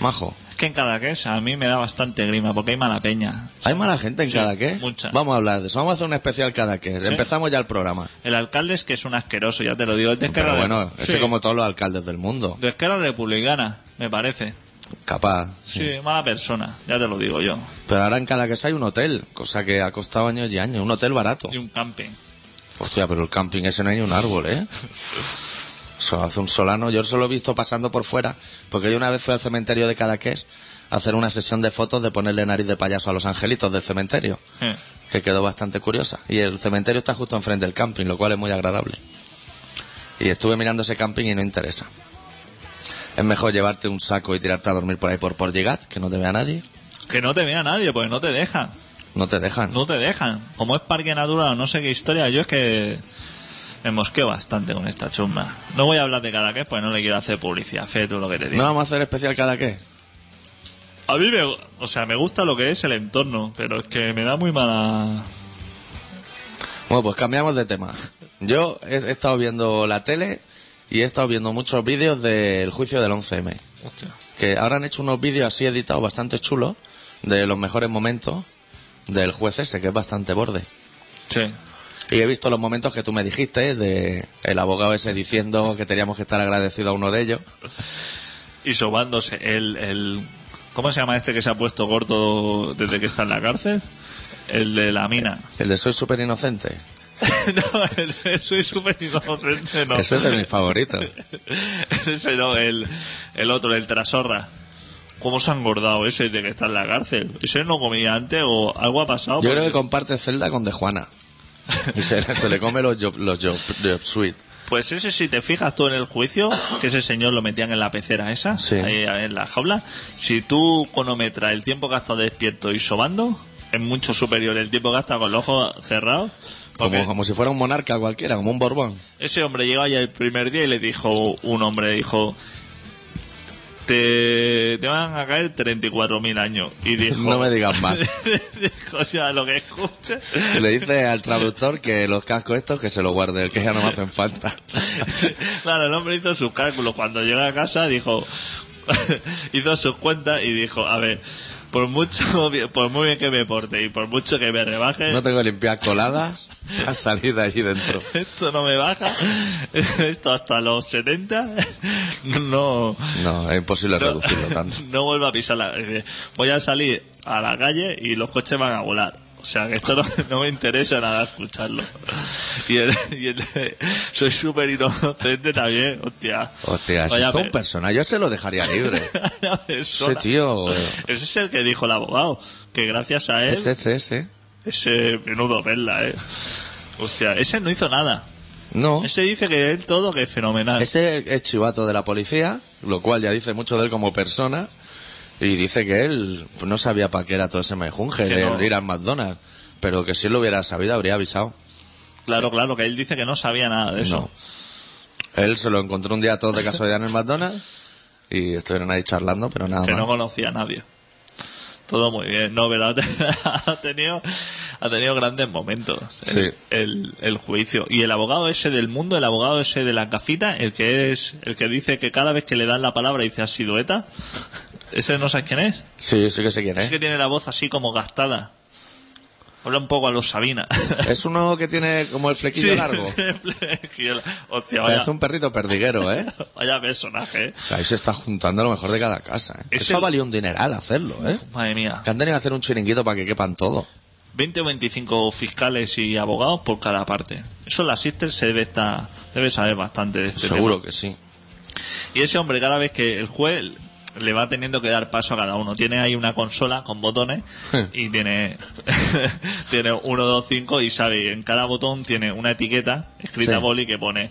Speaker 1: majo.
Speaker 2: es que en Cadaqués a mí me da bastante grima, porque hay mala peña.
Speaker 1: Hay mala gente en
Speaker 2: Sí,
Speaker 1: cada que.
Speaker 2: mucha.
Speaker 1: Vamos a hablar de eso. Vamos a hacer un especial cada que. Empezamos ya el programa.
Speaker 2: El alcalde es que es un asqueroso, ya te lo digo. Es de
Speaker 1: Pero
Speaker 2: Esquerra
Speaker 1: bueno,
Speaker 2: Re-
Speaker 1: ese
Speaker 2: Sí,
Speaker 1: como todos los alcaldes del mundo.
Speaker 2: De Esquerra Republicana, me parece.
Speaker 1: Capaz.
Speaker 2: Sí, mala persona, ya te lo digo yo.
Speaker 1: Pero ahora en cada que hay un hotel, cosa que ha costado años y años. Un hotel barato.
Speaker 2: Y un camping.
Speaker 1: Hostia, pero el camping ese no hay ni un árbol, ¿eh? Eso hace un solano. Yo solo he visto pasando por fuera, porque yo una vez fui al cementerio de Cadaqués a hacer una sesión de fotos de ponerle nariz de payaso a los angelitos del cementerio,
Speaker 2: Eh.
Speaker 1: que quedó bastante curiosa. Y el cementerio está justo enfrente del camping, lo cual es muy agradable. Y estuve mirando ese camping y no interesa. Es mejor llevarte un saco y tirarte a dormir por ahí por, por llegar, que no te vea nadie.
Speaker 2: Que no te vea nadie, porque no te dejan.
Speaker 1: No te dejan.
Speaker 2: No te dejan. Como es parque natural o no sé qué historia, yo es que me mosqueo bastante con esta chumba. No voy a hablar de cada que pues no le quiero hacer publicidad. Fe, tú lo que te
Speaker 1: ¿No
Speaker 2: digo.
Speaker 1: vamos a hacer especial Cadaqués?
Speaker 2: A mí me, o sea, me gusta lo que es el entorno, pero es que me da muy mala.
Speaker 1: Bueno, pues cambiamos de tema. Yo he he estado viendo la tele y he estado viendo muchos vídeos del juicio del 11M.
Speaker 2: Hostia.
Speaker 1: Que ahora han hecho unos vídeos así editados bastante chulos de los mejores momentos del juez ese, que es bastante borde.
Speaker 2: Sí.
Speaker 1: Y he visto los momentos que tú me dijiste de el abogado ese diciendo que teníamos que estar agradecidos a uno de ellos.
Speaker 2: Y sobándose el, el. ¿Cómo se llama este que se ha puesto gordo desde que está en la cárcel? El de la mina.
Speaker 1: El de soy súper inocente.
Speaker 2: no, el de soy súper inocente, no.
Speaker 1: Ese es de mis favoritos.
Speaker 2: Ese no, el, el otro, el trasorra. ¿Cómo se ha engordado ese de que está en la cárcel? ¿Ese no comía antes o algo ha pasado?
Speaker 1: Yo
Speaker 2: Porque-
Speaker 1: creo que comparte celda con De Juana. Y se, se le come los job, los job, job suite.
Speaker 2: Pues ese, si te fijas tú en el juicio, que ese señor lo metían en la pecera esa,
Speaker 1: Sí.
Speaker 2: ahí en la jaula, si tú cronometras el tiempo que ha estado despierto y sobando, es mucho superior el tiempo que ha estado con los ojos cerrados. porque
Speaker 1: Como, como si fuera un monarca cualquiera, como un borbón.
Speaker 2: Ese hombre llegó allá el primer día y le dijo, un hombre le dijo, te, te van a caer 34.000 años. Y dijo,
Speaker 1: No me digas más.
Speaker 2: dijo, o sea, lo que escuche.
Speaker 1: Le dice al traductor que los cascos estos que se los guarde, que ya no me hacen falta.
Speaker 2: claro, el hombre hizo sus cálculos. Cuando llegó a casa dijo, hizo sus cuentas y dijo, a ver, por mucho, por muy bien que me porte y por mucho que me rebaje,
Speaker 1: No tengo que limpiar coladas a salir de allí dentro.
Speaker 2: esto no me baja, esto hasta los 70, no,
Speaker 1: No, es imposible reducirlo tanto.
Speaker 2: no vuelvo a pisar la... dice, Voy a salir a la calle y los coches van a volar. O sea, que esto no, no me interesa nada escucharlo. Y, el- y el- soy súper inocente también, hostia.
Speaker 1: Hostia, si
Speaker 2: Vaya
Speaker 1: esto es
Speaker 2: pe-
Speaker 1: un personaje, yo se lo dejaría libre.
Speaker 2: vaya persona.
Speaker 1: Ese tío, eh,
Speaker 2: Ese es el que dijo el abogado, que gracias a él,
Speaker 1: es
Speaker 2: ese,
Speaker 1: ese, ese.
Speaker 2: menudo perla, eh. Hostia, ese no hizo nada.
Speaker 1: No,
Speaker 2: Ese dice que él todo que es fenomenal.
Speaker 1: ese es chivato de la policía, lo cual ya dice mucho de él como persona. Y dice que él pues, no sabía para qué era todo ese mejunje
Speaker 2: Que
Speaker 1: de
Speaker 2: no.
Speaker 1: ir al McDonald's. Pero que si él lo hubiera sabido, habría avisado.
Speaker 2: Claro, claro, que él dice que no sabía nada de eso.
Speaker 1: No. Él se lo encontró un día todo de casualidad en el McDonald's y estuvieron ahí charlando, pero nada
Speaker 2: que
Speaker 1: más.
Speaker 2: no conocía a nadie. Todo muy bien, no, pero ha, te- ha tenido, ha tenido grandes momentos. El,
Speaker 1: Sí.
Speaker 2: el, el juicio. Y el abogado ese del mundo, el abogado ese de la cafita, el que es, el que dice que cada vez que le dan la palabra dice ha sido ETA. Ese no sabes quién es.
Speaker 1: Sí, sí que sé quién
Speaker 2: Es que tiene la voz así como gastada. Habla un poco a los Sabina.
Speaker 1: Es uno que tiene como el flequillo largo.
Speaker 2: Gil- Hostia, vaya,
Speaker 1: Parece un perrito perdiguero, ¿eh?
Speaker 2: vaya personaje, eh.
Speaker 1: Ahí se está juntando lo mejor de cada casa. ¿eh?
Speaker 2: Es
Speaker 1: Eso
Speaker 2: el-
Speaker 1: ha valido un dineral hacerlo, ¿eh?
Speaker 2: Madre mía.
Speaker 1: Que han tenido que hacer un chiringuito para que quepan todo.
Speaker 2: 20 o 25 fiscales y abogados por cada parte. Eso la Sister se debe estar, debe saber bastante de este
Speaker 1: Seguro que sí.
Speaker 2: tema. Y ese hombre cada vez que el juez le va teniendo que dar paso a cada uno. Tiene ahí una consola con botones y tiene, tiene uno, dos, cinco y sabe, en cada botón tiene una etiqueta escrita
Speaker 1: Sí.
Speaker 2: a boli que pone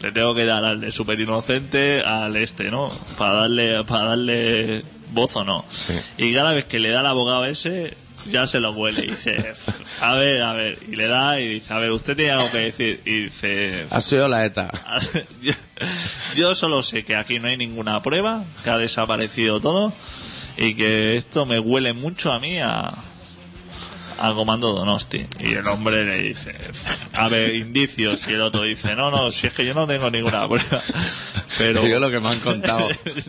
Speaker 2: le tengo que dar al de super inocente al este, ¿no? Para darle, para darle voz o no.
Speaker 1: Sí.
Speaker 2: Y cada vez que le da al abogado ese, ya se lo huele y dice, a ver, a ver. Y le da y dice, a ver, usted tiene algo que decir. Y dice,
Speaker 1: Ha sido la ETA.
Speaker 2: a ver, yo, yo solo sé que aquí no hay ninguna prueba, que ha desaparecido todo y que esto me huele mucho a mí a al comando Donosti. Y el hombre le dice, a ver, indicios. Y el otro dice, no, no, si es que yo no tengo ninguna prueba. Pero
Speaker 1: Yo lo que me han contado.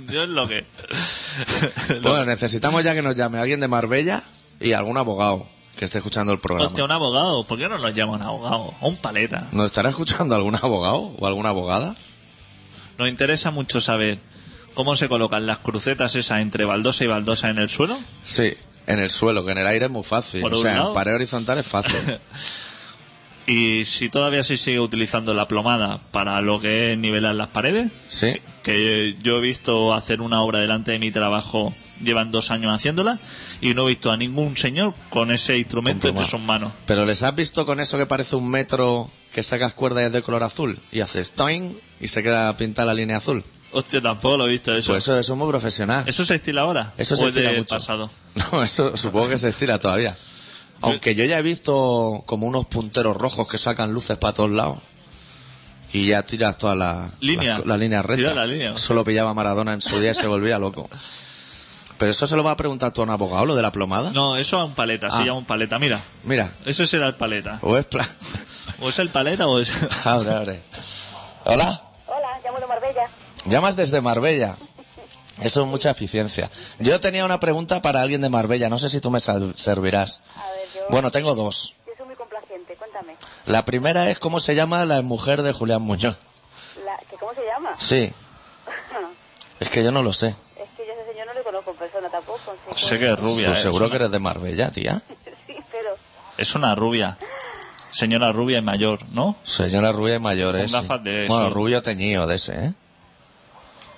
Speaker 2: yo es lo que... lo-
Speaker 1: Bueno, necesitamos ya que nos llame alguien de Marbella y algún abogado que esté escuchando el programa.
Speaker 2: Hostia, un abogado. ¿Por qué no nos llama un abogado? O un paleta.
Speaker 1: ¿Nos estará escuchando algún abogado o alguna abogada?
Speaker 2: Nos interesa mucho saber cómo se colocan las crucetas esas entre baldosa y baldosa en el suelo.
Speaker 1: Sí, en el suelo, que en el aire es muy fácil.
Speaker 2: Por
Speaker 1: o
Speaker 2: un
Speaker 1: sea,
Speaker 2: lado.
Speaker 1: en pared horizontal es fácil.
Speaker 2: Y si todavía se sigue utilizando la plomada para lo que es nivelar las paredes,
Speaker 1: Sí.
Speaker 2: que yo he visto hacer una obra delante de mi trabajo, llevan dos años haciéndola, y no he visto a ningún señor con ese instrumento entre
Speaker 1: Comprobado.
Speaker 2: sus manos.
Speaker 1: Pero les has visto con eso que parece un metro que sacas cuerda y es de color azul y haces toing y se queda pintada la línea azul.
Speaker 2: Hostia, tampoco lo he visto eso.
Speaker 1: Pues eso, eso es muy profesional.
Speaker 2: ¿Eso se estila ahora?
Speaker 1: Eso
Speaker 2: ¿O
Speaker 1: se
Speaker 2: es del
Speaker 1: estira mucho.
Speaker 2: pasado?
Speaker 1: No, eso supongo que se estira todavía. Aunque yo ya he visto como unos punteros rojos que sacan luces para todos lados. Y ya tiras todas las
Speaker 2: Línea.
Speaker 1: las- las líneas rectas.
Speaker 2: Tira la línea.
Speaker 1: Eso lo pillaba Maradona en su día y se volvía loco. Pero eso se lo va a preguntar tú a un abogado, lo de la plomada.
Speaker 2: No, eso es un paleta, se
Speaker 1: Ah.
Speaker 2: llama un paleta. Mira,
Speaker 1: Mira,
Speaker 2: eso será el paleta.
Speaker 1: o es plan.
Speaker 2: ¿O es el paleta o es...?
Speaker 1: Abre, abre. Hola.
Speaker 4: Hola, llamo de Marbella.
Speaker 1: Llamas desde Marbella. Eso es mucha eficiencia. Yo tenía una pregunta para alguien de Marbella. No sé si tú me sal- servirás.
Speaker 4: A ver, yo,
Speaker 1: Bueno, tengo dos.
Speaker 4: yo soy muy complaciente, cuéntame.
Speaker 1: La primera es cómo se llama la mujer de Julián Muñoz.
Speaker 4: La, ¿que ¿Cómo se llama?
Speaker 1: Sí, es que yo no lo sé.
Speaker 4: es que yo a ese señor no le conozco en persona tampoco. así que-
Speaker 2: Sé que es rubia.
Speaker 1: Pues
Speaker 2: eh,
Speaker 1: seguro
Speaker 2: es
Speaker 1: que
Speaker 2: una-
Speaker 1: eres de Marbella, tía.
Speaker 4: Sí, pero
Speaker 2: Es una rubia. Señora rubia y mayor, ¿no?
Speaker 1: Señora rubia y mayor,
Speaker 2: Con
Speaker 1: ¿eh? Sí.
Speaker 2: gafas de
Speaker 1: Bueno,
Speaker 2: sol.
Speaker 1: rubio teñido de ese, ¿eh?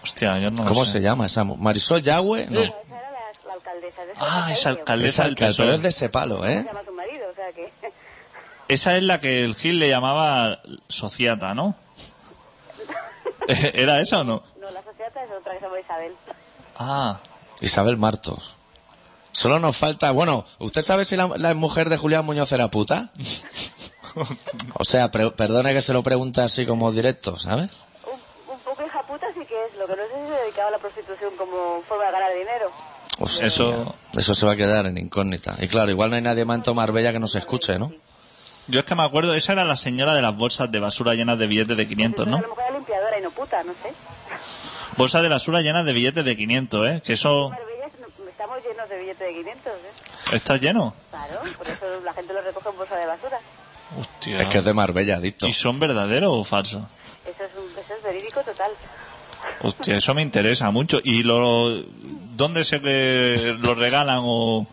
Speaker 2: Hostia, yo no lo
Speaker 1: ¿Cómo
Speaker 2: sé.
Speaker 1: se llama esa? mu- ¿Marisol Yahweh? No.
Speaker 4: no, esa era la, la alcaldesa. de ese
Speaker 2: Ah, es
Speaker 4: país, que-
Speaker 2: alcaldesa
Speaker 1: Esa
Speaker 2: del
Speaker 1: alca- pero
Speaker 2: PSOE.
Speaker 1: es de ese palo, ¿eh?
Speaker 4: Se llama tu marido, o sea que...
Speaker 2: Esa es la que el Gil le llamaba sociata, ¿no? ¿Era esa o no?
Speaker 4: No, la sociata es otra que se llama Isabel.
Speaker 2: Ah,
Speaker 1: Isabel Martos. Solo nos falta... Bueno, ¿usted sabe si la, la mujer de Julián Muñoz era puta? o sea, pre- perdone que se lo pregunte así como directo, ¿sabes?
Speaker 4: Un, un poco hija puta sí que es, lo que no sé si se dedicaba a la prostitución como forma de ganar dinero.
Speaker 1: Hostia,
Speaker 2: Eso-
Speaker 1: eso se va a quedar en incógnita. Y claro, igual no hay nadie más en toda Marbella que nos escuche, ¿no?
Speaker 2: yo es que me acuerdo, esa era la señora de las bolsas de basura llenas de billetes de 500,
Speaker 4: Entonces,
Speaker 2: ¿no?
Speaker 4: A lo mejor era limpiadora y no puta, no sé.
Speaker 2: Bolsas de basura llenas de billetes de 500, ¿eh? Que eso
Speaker 4: Marbella es- no- estamos llenos de billetes de 500, ¿eh?
Speaker 2: está lleno.
Speaker 4: Claro, por eso la gente lo recoge en bolsa de basura.
Speaker 2: Hostia.
Speaker 1: Es que es de Marbella, dicto.
Speaker 2: ¿Y son verdaderos o falsos?
Speaker 4: Eso es, un- eso es verídico total.
Speaker 2: Hostia, eso me interesa mucho. ¿Y lo, dónde se que lo regalan o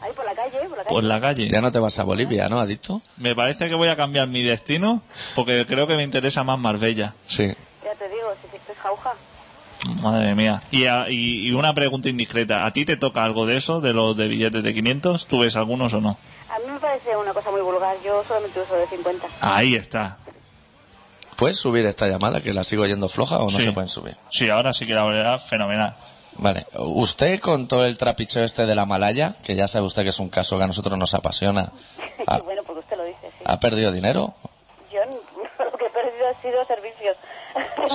Speaker 4: Ahí por la calle, por la calle.
Speaker 2: por la calle?
Speaker 1: Ya no te vas a Bolivia, ¿no, adicto?
Speaker 2: Me parece que voy a cambiar mi destino porque creo que me interesa más Marbella.
Speaker 1: Sí.
Speaker 4: Ya te digo, si esto es jauja.
Speaker 2: Madre mía. Y, a- y- y una pregunta indiscreta. ¿A ti te toca algo de eso, de los de billetes de 500? ¿Tú ves algunos o no?
Speaker 4: A mí me parece una cosa muy vulgar. Yo solamente uso de 50.
Speaker 2: Ahí está.
Speaker 1: ¿Puedes subir esta llamada que la sigo yendo floja o no
Speaker 2: Sí.
Speaker 1: se pueden subir?
Speaker 2: Sí, ahora sí que la verdad, fenomenal.
Speaker 1: Vale. Usted contó el trapicheo este de la Malaya, que ya sabe usted que es un caso que a nosotros nos apasiona. ¿Ha,
Speaker 4: Y bueno, porque usted lo dice, sí.
Speaker 1: ha perdido dinero?
Speaker 4: Yo n- lo que he perdido ha sido servicios.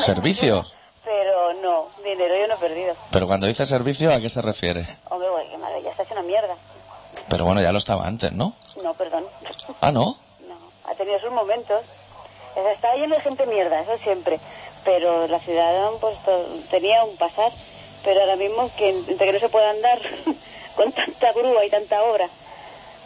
Speaker 1: ¿Servicios?
Speaker 4: Pero no, dinero yo no he perdido.
Speaker 1: Pero cuando dice servicio, ¿a qué se refiere?
Speaker 4: Hombre, güey, qué malo, ya se ha hecho una
Speaker 1: Pero bueno, ya lo estaba antes, ¿no?
Speaker 4: No, perdón.
Speaker 1: Ah, ¿no?
Speaker 4: No, ha tenido sus momentos. O sea, Estaba lleno de gente mierda, eso siempre. Pero la ciudad pues, to- tenía un pasar. Pero ahora mismo, que entre que no se puede andar con tanta grúa y tanta obra,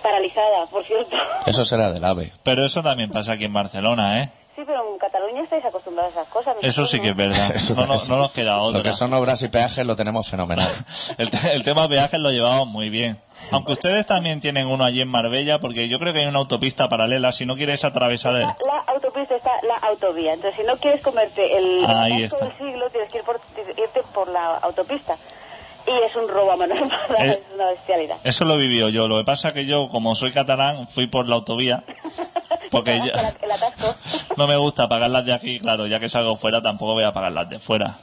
Speaker 4: paralizada, por cierto.
Speaker 1: Eso será del AVE.
Speaker 2: Pero eso también pasa aquí en Barcelona, ¿eh?
Speaker 4: Sí, pero en Cataluña estáis acostumbrados a esas cosas. ¿no?
Speaker 2: Eso sí que es verdad.
Speaker 1: Eso-
Speaker 2: No, no,
Speaker 1: eso-
Speaker 2: no nos queda
Speaker 1: Lo
Speaker 2: otra.
Speaker 1: que son obras y peajes lo tenemos fenomenal.
Speaker 2: El, te- el tema viajes lo llevamos muy bien. Aunque ustedes también tienen uno allí en Marbella, porque yo creo que hay una autopista paralela. Si no quieres atravesar el...
Speaker 4: La, la autopista está la autovía. Entonces, si no quieres comerte el
Speaker 2: Ahí
Speaker 4: atasco
Speaker 2: está.
Speaker 4: del siglo, tienes que ir por, irte por la autopista. Y es un robo a mano armada,
Speaker 2: Eh.
Speaker 4: es una bestialidad.
Speaker 2: Eso lo he vivido yo. Lo que pasa es que yo, como soy catalán, fui por la autovía. Porque
Speaker 4: Además,
Speaker 2: ya-
Speaker 4: el- el atasco.
Speaker 2: no me gusta pagar las de aquí, claro, ya que salgo fuera tampoco voy a pagar las de fuera.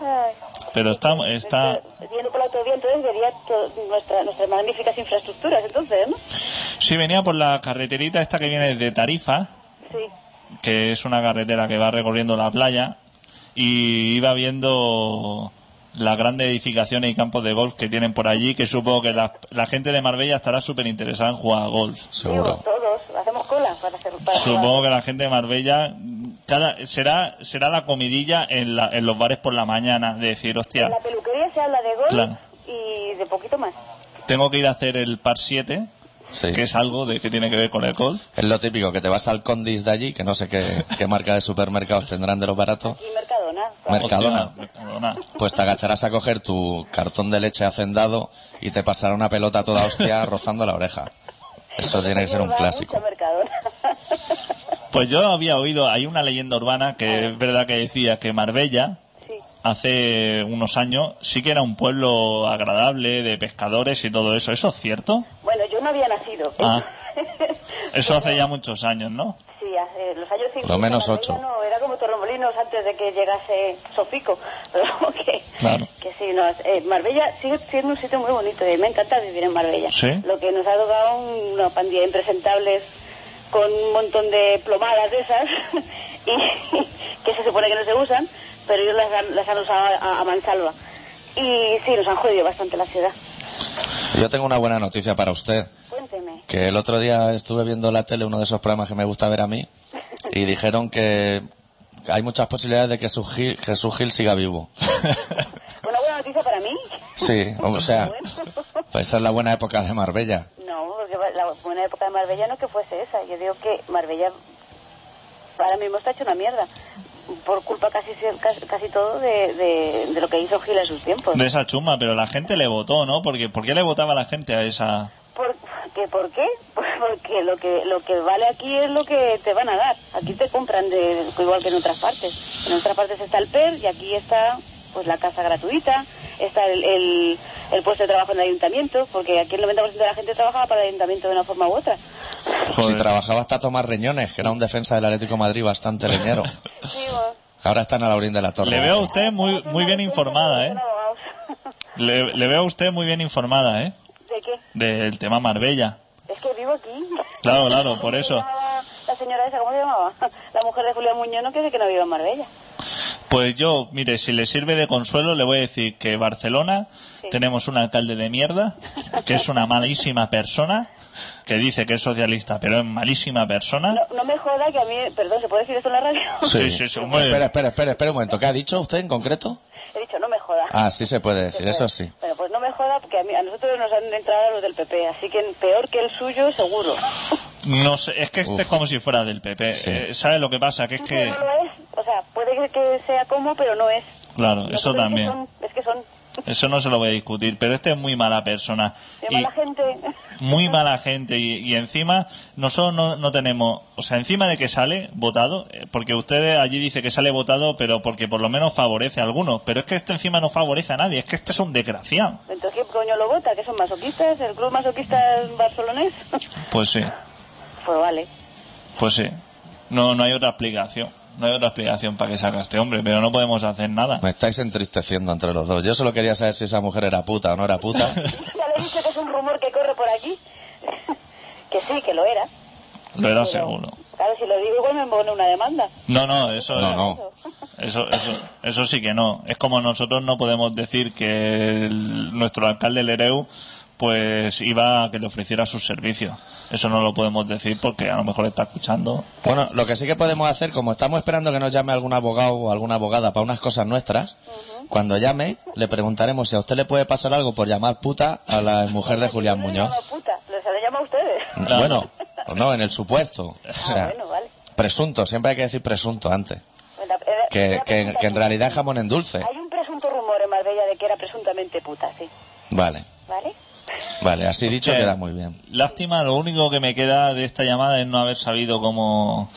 Speaker 4: Ay.
Speaker 2: Pero está... está...
Speaker 4: Pero, eh, Yendo por la autovía, entonces vería to- nuestra- nuestras magníficas infraestructuras, entonces, ¿no?
Speaker 2: Si venía por la carreterita esta que viene de Tarifa,
Speaker 4: Sí.
Speaker 2: que es una carretera que va recorriendo la playa y iba viendo las grandes edificaciones y campos de golf que tienen por allí, que supongo que la, la gente de Marbella estará súper interesada en jugar a golf.
Speaker 1: Seguro.
Speaker 4: Digo, todos, hacemos cola para hacer. Para
Speaker 2: Supongo que la gente de Marbella cada- será será la comidilla en, la- en los bares por la mañana de decir, hostia,
Speaker 4: En la peluquería se habla de golf
Speaker 2: Claro.
Speaker 4: y de poquito más.
Speaker 2: tengo que ir a hacer el par 7,
Speaker 1: Sí.
Speaker 2: que es algo de que tiene que ver con el golf.
Speaker 1: Es lo típico, que te vas al Condis de allí, que no sé qué, qué marca de supermercados tendrán de los baratos,
Speaker 4: Y Mercadona.
Speaker 1: Mercadona.
Speaker 2: Hostia, Mercadona.
Speaker 1: pues te agacharás a coger tu cartón de leche hacendado y te pasará una pelota toda hostia rozando la oreja. Eso tiene que ser un
Speaker 4: Va
Speaker 1: clásico.
Speaker 4: mucho Mercadona.
Speaker 2: Pues yo había oído, hay una leyenda urbana que es verdad que decía que Marbella
Speaker 4: Sí.
Speaker 2: hace unos años sí que era un pueblo agradable de pescadores y todo eso. ¿Eso es cierto?
Speaker 4: Bueno, yo no había nacido.
Speaker 2: Ah. Eso hace ya muchos años, ¿no?
Speaker 4: Sí, hace los años 50.
Speaker 1: Lo menos
Speaker 4: Marbella
Speaker 1: ocho.
Speaker 4: No, era como Torremolinos antes de que llegase Sofico. Pero que,
Speaker 2: Claro.
Speaker 4: que sí, no, eh, Marbella sigue siendo un sitio muy bonito y me encanta vivir en Marbella.
Speaker 2: Sí.
Speaker 4: Lo que nos ha tocado una pandilla de impresentables con un montón de plomadas de esas y que se supone que no se usan, pero ellos las han, las han usado a, a mansalva. Y sí, nos han jodido bastante la ciudad.
Speaker 1: Yo tengo una buena noticia para usted.
Speaker 4: Cuénteme.
Speaker 1: Que el otro día estuve viendo la tele, uno de esos programas que me gusta ver a mí, y dijeron que hay muchas posibilidades de que Jesús Gil, Jesús Gil siga vivo.
Speaker 4: Una buena noticia para mí.
Speaker 1: Sí, o sea, pues esa es la buena época de Marbella.
Speaker 4: No, porque va- la buena época de Marbella no que fuese esa. Yo digo que Marbella ahora mismo está hecho una mierda. Por culpa casi se- casi, casi todo de, de- de lo que hizo Gil en sus tiempos.
Speaker 2: De esa chuma, pero la gente le votó, ¿no? Porque, ¿Por qué le votaba la gente a esa...?
Speaker 4: ¿Por, que, ¿Por qué? Pues porque lo que lo que vale aquí es lo que te van a dar. Aquí te compran de, igual que en otras partes. En otras partes está el PER y aquí está pues la casa gratuita, está el, el, el puesto de trabajo en el ayuntamiento, porque aquí el 90% de la gente trabajaba para el ayuntamiento de una forma u otra.
Speaker 1: Si
Speaker 2: Joder.
Speaker 1: trabajaba hasta Tomás Reñones, que era un defensa del Atlético de Madrid bastante leñero.
Speaker 4: Sí, bueno.
Speaker 1: Ahora está en Alaurín de la Torre.
Speaker 2: Le veo a usted muy, muy bien informada, ¿eh?
Speaker 4: Son abogados.
Speaker 2: Le, le veo a usted muy bien informada, ¿eh?
Speaker 4: ¿De qué?
Speaker 2: Del tema Marbella.
Speaker 4: Es que vivo aquí.
Speaker 2: Claro, claro, por
Speaker 4: ¿Cómo
Speaker 2: eso.
Speaker 4: se llamaba La señora esa, ¿cómo se llamaba? La mujer de Julián Muñoz, ¿no? Que dice que no vive en Marbella.
Speaker 2: Pues yo, mire, si le sirve de consuelo, le voy a decir que Barcelona tenemos un alcalde de mierda, que es una malísima persona, que dice que es socialista, pero es malísima persona.
Speaker 4: No, no me joda que a mí... Perdón, ¿se puede decir esto en la radio?
Speaker 2: Ah. Sí, sí, sí, hombre.
Speaker 1: Espera, espera, espera, espera un momento. ¿Qué ha dicho usted en concreto?
Speaker 4: He dicho, no me joda.
Speaker 1: Ah, sí se puede decir, eso sí.
Speaker 4: Bueno, pues no me joda porque a, mí- a nosotros nos han entrado los del PP, así que peor que el suyo, seguro.
Speaker 2: No sé, es que este
Speaker 1: Uf.
Speaker 2: es como si fuera del PP.
Speaker 1: Sí.
Speaker 2: Eh, ¿Sabe lo que pasa? Que es que,
Speaker 4: No lo es. O sea, puede que- que sea como, pero no es.
Speaker 2: claro, eso
Speaker 4: Nosotros es que
Speaker 2: también.
Speaker 4: son- Es que son...
Speaker 2: Eso no se lo voy a discutir, pero este es muy mala persona.
Speaker 4: de
Speaker 2: Y
Speaker 4: mala gente.
Speaker 2: muy mala gente y, y encima nosotros no, no tenemos, o sea, encima de que sale votado, eh, porque ustedes allí dice que sale votado, pero porque por lo menos favorece a algunos, pero es que este encima no favorece a nadie, es que este es un desgraciado.
Speaker 4: Entonces, ¿quién coño lo vota? ¿Que son masoquistas? ¿El club masoquista barcelonés?
Speaker 2: Pues sí,
Speaker 4: Pues vale.
Speaker 2: pues sí. No, no hay otra explicación, no hay otra explicación para que saca este hombre, pero no podemos hacer nada.
Speaker 1: Me estáis entristeciendo entre los dos. Yo solo quería saber si esa mujer era puta o no era puta.
Speaker 4: Ya le he dicho que es un rumor que corre por aquí. que sí, que lo era.
Speaker 2: Lo era
Speaker 4: pero-
Speaker 2: seguro.
Speaker 4: Claro, si lo digo igual me pone una demanda.
Speaker 2: No, no, eso
Speaker 1: No, no.
Speaker 2: Eso, eso, eso sí que no. Es como nosotros no podemos decir que el- nuestro alcalde Lereu pues iba a que le ofreciera sus servicios. Eso no lo podemos decir porque a lo mejor está escuchando.
Speaker 1: Bueno, lo que sí que podemos hacer, como estamos esperando que nos llame algún abogado o alguna abogada para unas cosas nuestras, cuando llame le preguntaremos si a usted le puede pasar algo por llamar puta a la mujer de Julián
Speaker 4: No le
Speaker 1: Muñoz.
Speaker 4: llamo puta, los he llamado a ustedes.
Speaker 2: Claro.
Speaker 1: Bueno, pues no, en el supuesto. O
Speaker 4: Ah,
Speaker 1: sea,
Speaker 4: bueno, vale.
Speaker 1: presunto, siempre hay que decir presunto antes.
Speaker 4: Bueno, eh, era-
Speaker 1: Que,
Speaker 4: era
Speaker 1: que- que en
Speaker 4: presuntamente-
Speaker 1: realidad es jamón en dulce.
Speaker 4: Hay un presunto rumor en Marbella de que era presuntamente puta, sí.
Speaker 1: Vale,
Speaker 4: ¿Vale?
Speaker 1: vale, así dicho
Speaker 2: Eh,
Speaker 1: queda muy bien.
Speaker 2: Lástima, lo único que me queda de esta llamada es no haber sabido cómo,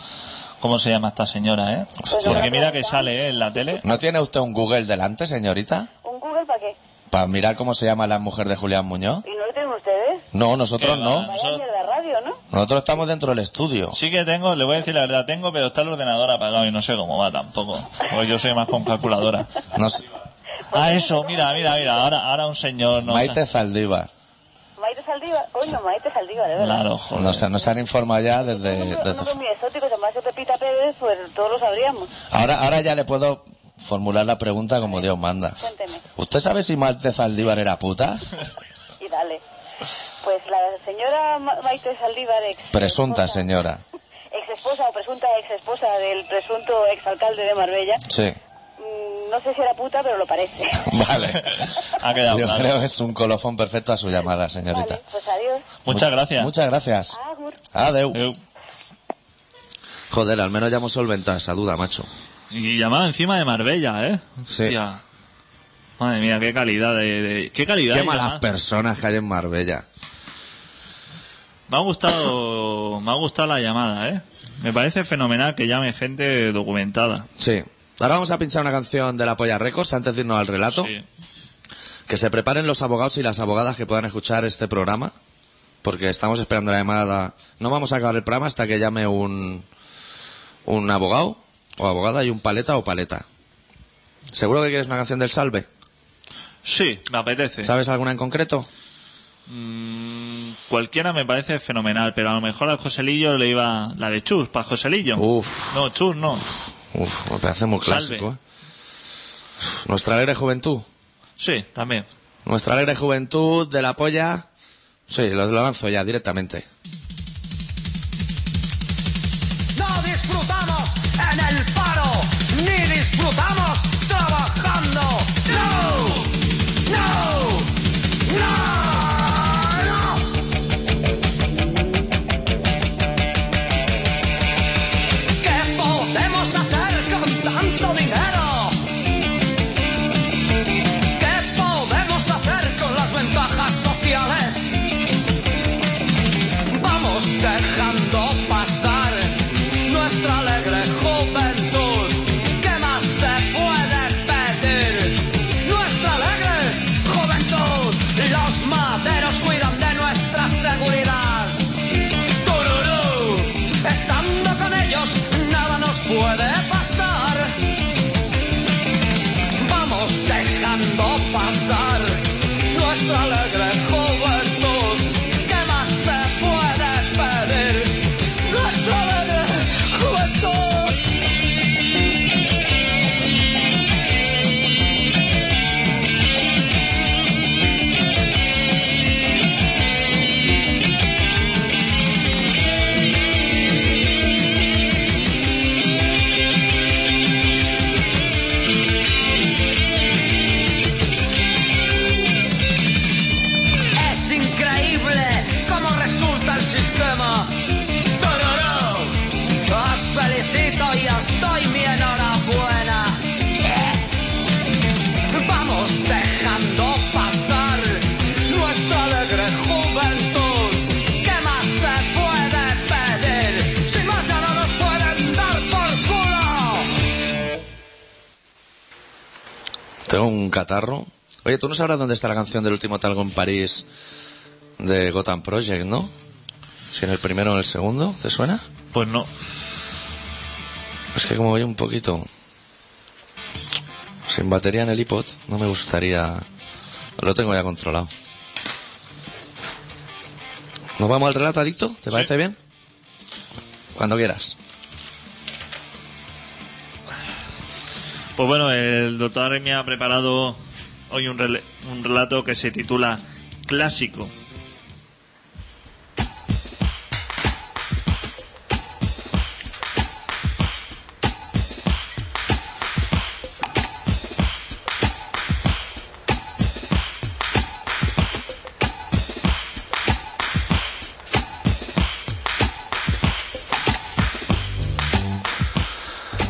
Speaker 2: cómo se llama esta señora, ¿eh?
Speaker 4: Pues no
Speaker 2: Porque
Speaker 4: me
Speaker 2: mira
Speaker 4: preguntan.
Speaker 2: que sale ¿eh? en la tele.
Speaker 1: ¿No tiene usted un Google delante, señorita?
Speaker 4: ¿Un Google para qué?
Speaker 1: Para mirar cómo se llama la mujer de Julián Muñoz.
Speaker 4: ¿Y no lo tienen ustedes?
Speaker 1: No, nosotros
Speaker 2: Qué
Speaker 1: no.
Speaker 2: va.
Speaker 4: Vaya
Speaker 2: Eso-
Speaker 4: mierda radio, ¿no?
Speaker 1: Nosotros estamos dentro del estudio.
Speaker 2: Sí que tengo, le voy a decir la verdad, tengo, pero está el ordenador apagado y no sé cómo va tampoco. Pues yo soy más con calculadora.
Speaker 1: No sé.
Speaker 2: Ah, eso, mira, mira, mira, ahora, ahora un señor nos...
Speaker 1: Maite Zaldívar.
Speaker 4: Maite Saldiva. Coño, Maite Saldiva, de verdad.
Speaker 2: Claro, joder.
Speaker 1: Nos, nos han informado ya desde...
Speaker 4: Un nombre- un
Speaker 1: desde-
Speaker 4: nombre muy exótico, se llama Pepita Pérez, pues todos lo sabríamos.
Speaker 1: Ahora, ahora ya le puedo formular la pregunta como Dios manda.
Speaker 4: Cuénteme.
Speaker 1: ¿Usted sabe si Maite Zaldívar era puta?
Speaker 4: Y dale. Pues la señora Ma- Maite Saldívar, ex
Speaker 1: Presunta
Speaker 4: esposa-
Speaker 1: señora.
Speaker 4: Ex esposa o presunta ex esposa del presunto exalcalde de Marbella.
Speaker 1: Sí.
Speaker 4: Mm, No sé si era puta, pero lo parece.
Speaker 1: Vale.
Speaker 2: Ha quedado
Speaker 1: Yo
Speaker 2: claro.
Speaker 1: creo que es un colofón perfecto a su llamada, señorita.
Speaker 4: Vale, pues adiós.
Speaker 2: Muchas gracias.
Speaker 1: Muchas gracias.
Speaker 4: Agur.
Speaker 1: Adeu.
Speaker 2: Eh,
Speaker 1: Joder, al menos ya hemos solventado esa duda, macho.
Speaker 2: Y llamada encima de Marbella, ¿eh?
Speaker 1: Sí.
Speaker 2: Hostia. Madre mía, qué calidad de... de- qué calidad
Speaker 1: Qué
Speaker 2: de
Speaker 1: malas
Speaker 2: llamada.
Speaker 1: personas que hay en Marbella.
Speaker 2: Me ha gustado, me ha gustado la llamada, ¿eh? Me parece fenomenal que llame gente documentada.
Speaker 1: Sí. Ahora vamos a pinchar una canción de la Polla Records antes de irnos al relato.
Speaker 2: Sí.
Speaker 1: Que se preparen los abogados y las abogadas que puedan escuchar este programa. Porque estamos esperando la llamada. No vamos a acabar el programa hasta que llame un, un abogado o abogada y un paleta o paleta. ¿Seguro que quieres una canción del Salve?
Speaker 2: Sí, me apetece. Mm,
Speaker 1: ¿Sabes alguna en concreto?
Speaker 2: Cualquiera me parece fenomenal, pero a lo mejor a Joselillo le iba la de Chus, para Joselillo.
Speaker 1: Uf.
Speaker 2: No, Chus no.
Speaker 1: Uf, me parece muy
Speaker 2: Salve.
Speaker 1: clásico. ¿eh? Nuestra alegre juventud.
Speaker 2: Sí, también.
Speaker 1: Nuestra alegre juventud de la polla. Sí, lo, lo lanzo ya directamente.
Speaker 5: No disfrutamos en el paro, ni disfrutamos trabajando. No, no, no, no. ¿Qué podemos hacer con tanto dinero? ¿Qué podemos hacer con las ventajas sociales? vamos dejando pasar nuestra alegre juventud. ¿Qué más se puede pedir? Nuestra alegre juventud. Los maderos cuidan de nuestra seguridad. Tururú. Estando con ellos, nada nos puede pasar. Vamos dejando pasar nuestra alegre juventud. ¿Qué más se puede pedir? Nuestra alegre juventud. Es increíble cómo resulta el sistema. ¡Tororó! Os felicito y os doy mi enhorabuena. Eh, Vamos dejando pasar nuestra alegre juventud. ¿Qué más se puede pedir? Si más ya no nos pueden dar por culo.
Speaker 1: Tengo un catarro. Oye, tú no sabrás dónde está la canción del último talgo en París de Gotham Project, ¿no? Si en el primero o en el segundo, ¿te suena?
Speaker 2: Pues no.
Speaker 1: Es que como voy un poquito sin batería en el iPod, no me gustaría... Lo tengo ya controlado. ¿Nos vamos al relato, Adicto? ¿Te
Speaker 2: Sí.
Speaker 1: parece bien? Cuando quieras.
Speaker 2: Pues bueno, el doctor Aremi ha preparado hoy un, rele- un relato que se titula clásico.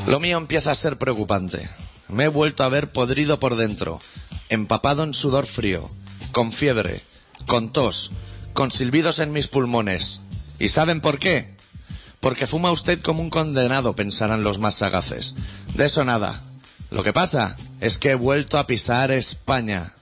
Speaker 1: Lo mío empieza a ser preocupante. Me he vuelto a ver podrido por dentro, empapado en sudor frío, con fiebre, con tos, con silbidos en mis pulmones. ¿Y saben por qué? Porque fuma usted como un condenado, pensarán los más sagaces. De eso nada. Lo que pasa es que he vuelto a pisar España.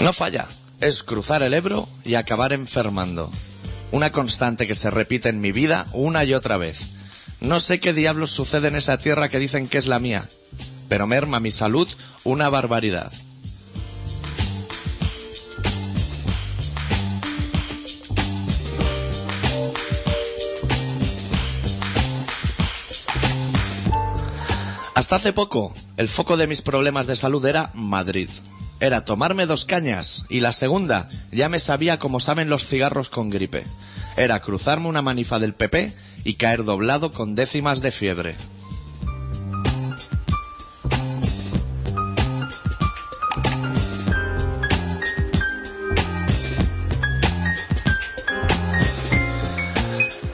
Speaker 1: No falla. Es cruzar el Ebro y acabar enfermando. Una constante que se repite en mi vida una y otra vez. No sé qué diablos sucede en esa tierra que dicen que es la mía, pero merma mi salud una barbaridad. Hasta hace poco, el foco de mis problemas de salud era Madrid. Era tomarme dos cañas y la segunda ya me sabía como saben los cigarros con gripe. Era cruzarme una manifa del PP y caer doblado con décimas de fiebre.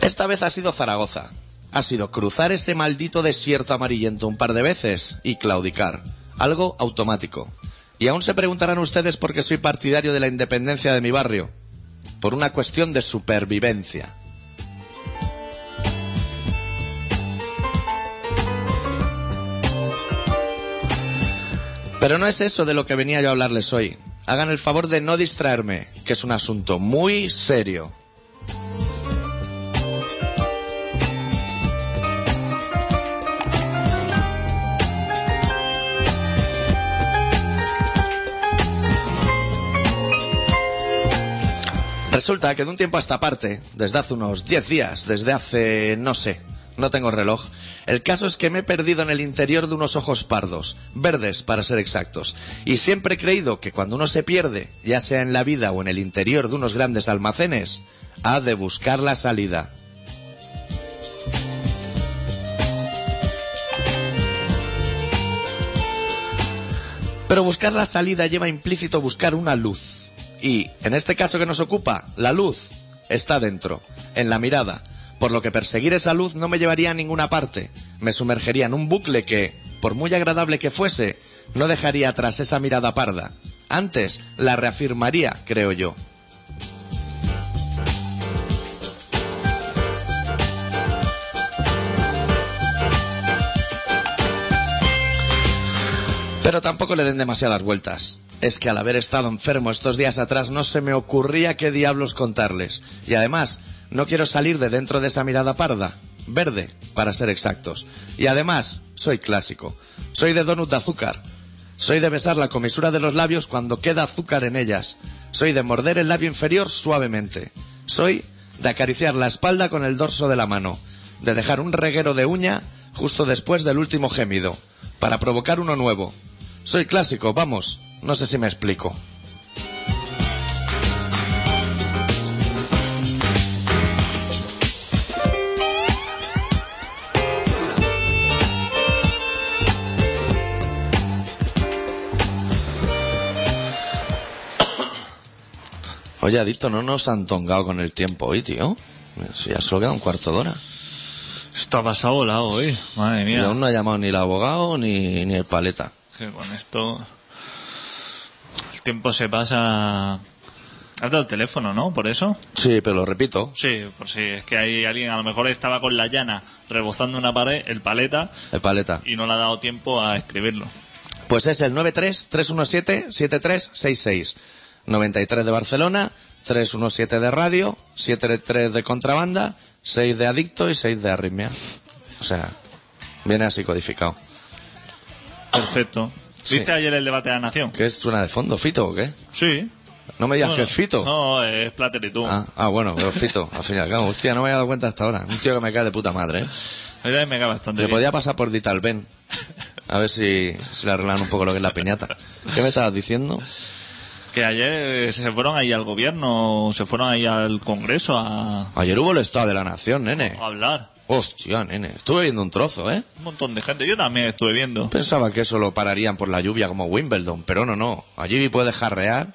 Speaker 1: Esta vez ha sido Zaragoza. Ha sido cruzar ese maldito desierto amarillento un par de veces y claudicar. Algo automático. Y aún se preguntarán ustedes por qué soy partidario de la independencia de mi barrio. Por una cuestión de supervivencia. Pero no es eso de lo que venía yo a hablarles hoy. Hagan el favor de no distraerme, que es un asunto muy serio. Resulta que de un tiempo a esta parte, desde hace unos 10 días, desde hace, no sé, no tengo reloj, el caso es que me he perdido en el interior de unos ojos pardos, verdes para ser exactos, y siempre he creído que cuando uno se pierde, ya sea en la vida o en el interior de unos grandes almacenes, ha de buscar la salida. Pero buscar la salida lleva implícito buscar una luz. Y, en este caso que nos ocupa, la luz está dentro, en la mirada. Por lo que perseguir esa luz no me llevaría a ninguna parte. Me sumergería en un bucle que, por muy agradable que fuese, no dejaría atrás esa mirada parda. Antes, la reafirmaría, creo yo. Pero tampoco le den demasiadas vueltas. Es que al haber estado enfermo estos días atrás no se me ocurría qué diablos contarles. Y además, no quiero salir de dentro de esa mirada parda. Verde, para ser exactos. Y además, soy clásico. Soy de donut de azúcar. Soy de besar la comisura de los labios cuando queda azúcar en ellas. Soy de morder el labio inferior suavemente. Soy de acariciar la espalda con el dorso de la mano. De dejar un reguero de uña justo después del último gemido. Para provocar uno nuevo. Soy clásico, vamos. No sé si me explico. Oye, Adicto, no nos han tongado con el tiempo hoy, tío. Si ya solo queda un cuarto de hora.
Speaker 2: Está pasado volado hoy. Madre
Speaker 1: Y
Speaker 2: mía.
Speaker 1: aún no ha llamado ni el abogado ni, ni el paleta.
Speaker 2: Que con esto. El tiempo se pasa. Has dado el teléfono, ¿no? Por eso.
Speaker 1: Sí, pero lo repito.
Speaker 2: Sí, por si es que hay alguien, a lo mejor estaba con la llana rebozando una pared, el paleta,
Speaker 1: El paleta.
Speaker 2: y no le ha dado tiempo a escribirlo.
Speaker 1: Pues es el 93-317-7366. 93 de Barcelona, 317 de radio, 73 de contrabanda, 6 de adicto y 6 de arritmia. O sea, viene así codificado.
Speaker 2: Perfecto.
Speaker 1: Sí.
Speaker 2: ¿Viste ayer el debate de la nación?
Speaker 1: ¿Qué suena de fondo, Fito o qué?
Speaker 2: Sí.
Speaker 1: No me digas
Speaker 2: Bueno,
Speaker 1: que es Fito.
Speaker 2: No, es Plater y tú.
Speaker 1: Ah, ah, bueno, pero Fito, al fin y al cabo. Hostia, no me había dado cuenta hasta ahora. Un tío que me cae de puta madre, ¿eh?
Speaker 2: A mí también me cae bastante
Speaker 1: Le
Speaker 2: bien.
Speaker 1: podía pasar por Ditalben. A ver si, si le arreglan un poco lo que es la piñata. ¿Qué me estabas diciendo?
Speaker 2: Que ayer eh, se fueron ahí al gobierno, se fueron ahí al Congreso a,
Speaker 1: Ayer hubo el Estado de la Nación, nene.
Speaker 2: a hablar.
Speaker 1: Hostia, nene. Estuve viendo un trozo, ¿eh?
Speaker 2: Un montón de gente. Yo también estuve viendo.
Speaker 1: Pensaba que eso lo pararían por la lluvia como Wimbledon, pero no, no. Allí puedes jarrear.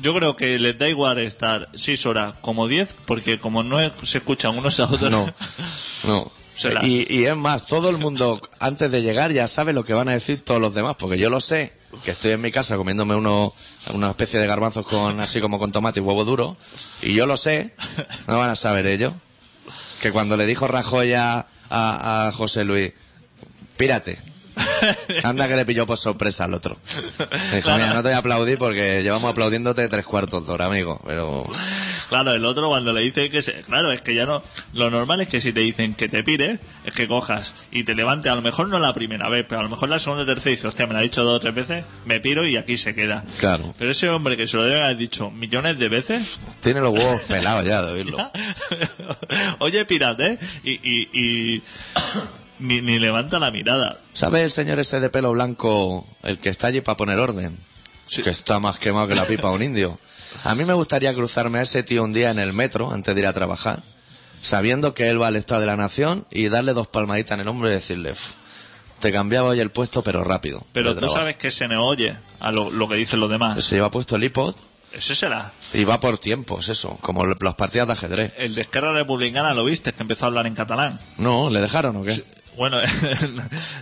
Speaker 2: Yo creo que les da igual estar 6 horas como 10, porque como no es- se escuchan unos a otros.
Speaker 1: No, no.
Speaker 2: Se la-
Speaker 1: Y, y es más, todo el mundo antes de llegar ya sabe lo que van a decir todos los demás, porque yo lo sé, que estoy en mi casa comiéndome uno, una especie de garbanzos con así como con tomate y huevo duro, y yo lo sé, no van a saber ellos, que cuando le dijo Rajoy a, a- a José Luis, pírate, anda que le pilló por sorpresa al otro. Me Dijo, mira, no te voy a aplaudir porque llevamos aplaudiéndote tres cuartos de hora, amigo, pero...
Speaker 2: Claro, el otro cuando le dice que se... Claro, es que ya no... Lo normal es que si te dicen que te pires, es que cojas y te levantes. A lo mejor no la primera vez, pero a lo mejor la segunda o tercera y dices, hostia, me lo ha dicho dos o tres veces, me piro y aquí se queda.
Speaker 1: Claro.
Speaker 2: Pero ese hombre que se lo debe haber dicho millones de veces...
Speaker 1: Tiene los huevos pelados ya de oírlo.
Speaker 2: Oye, pirate, ¿eh? Y... y, y- ni, ni levanta la mirada.
Speaker 1: ¿Sabe el señor ese de pelo blanco, el que está allí para poner orden?
Speaker 2: Sí.
Speaker 1: Que está más quemado que la pipa de un indio. A mí me gustaría cruzarme a ese tío un día en el metro antes de ir a trabajar, sabiendo que él va al Estado de la Nación y darle dos palmaditas en el hombro y decirle, "Uf, te cambiaba hoy el puesto, pero rápido.
Speaker 2: Pero
Speaker 1: de
Speaker 2: tú
Speaker 1: trabajo".
Speaker 2: sabes que se nos oye a lo, lo que dicen los demás.
Speaker 1: Se lleva puesto el iPod
Speaker 2: Ese será.
Speaker 1: y va por tiempos, eso, como l- las partidas de ajedrez.
Speaker 2: El de Esquerra Republicana lo viste, que empezó a hablar en catalán.
Speaker 1: No, ¿le dejaron o qué?
Speaker 2: Bueno,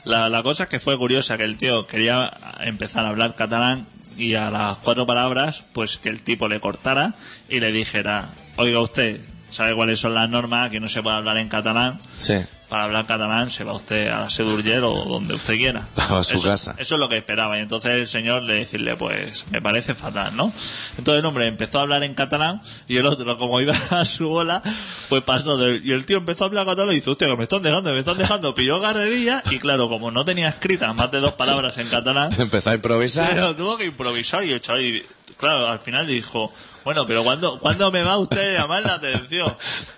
Speaker 2: la, la cosa es que fue curiosa que el tío quería empezar a hablar catalán y a las cuatro palabras, pues que el tipo le cortara y le dijera, oiga usted, ¿sabe cuáles son las normas? Que no se puede hablar en catalán.
Speaker 1: Sí.
Speaker 2: Para hablar catalán se va usted a la Sedurgel o donde usted quiera.
Speaker 1: A su
Speaker 2: eso,
Speaker 1: casa.
Speaker 2: Eso es lo que esperaba. Y entonces el señor le decirle, pues, me parece fatal, ¿no? Entonces el hombre empezó a hablar en catalán y el otro, como iba a su bola, pues pasó. de- y el tío empezó a hablar catalán y dice, hostia, que me están dejando, me están dejando. Pilló carrerilla y claro, como no tenía escritas más de dos palabras en catalán,
Speaker 1: Empezó a improvisar.
Speaker 2: pero tuvo que improvisar y echar y, claro, al final dijo, bueno, pero ¿cuándo, ¿cuándo me va usted a llamar la atención?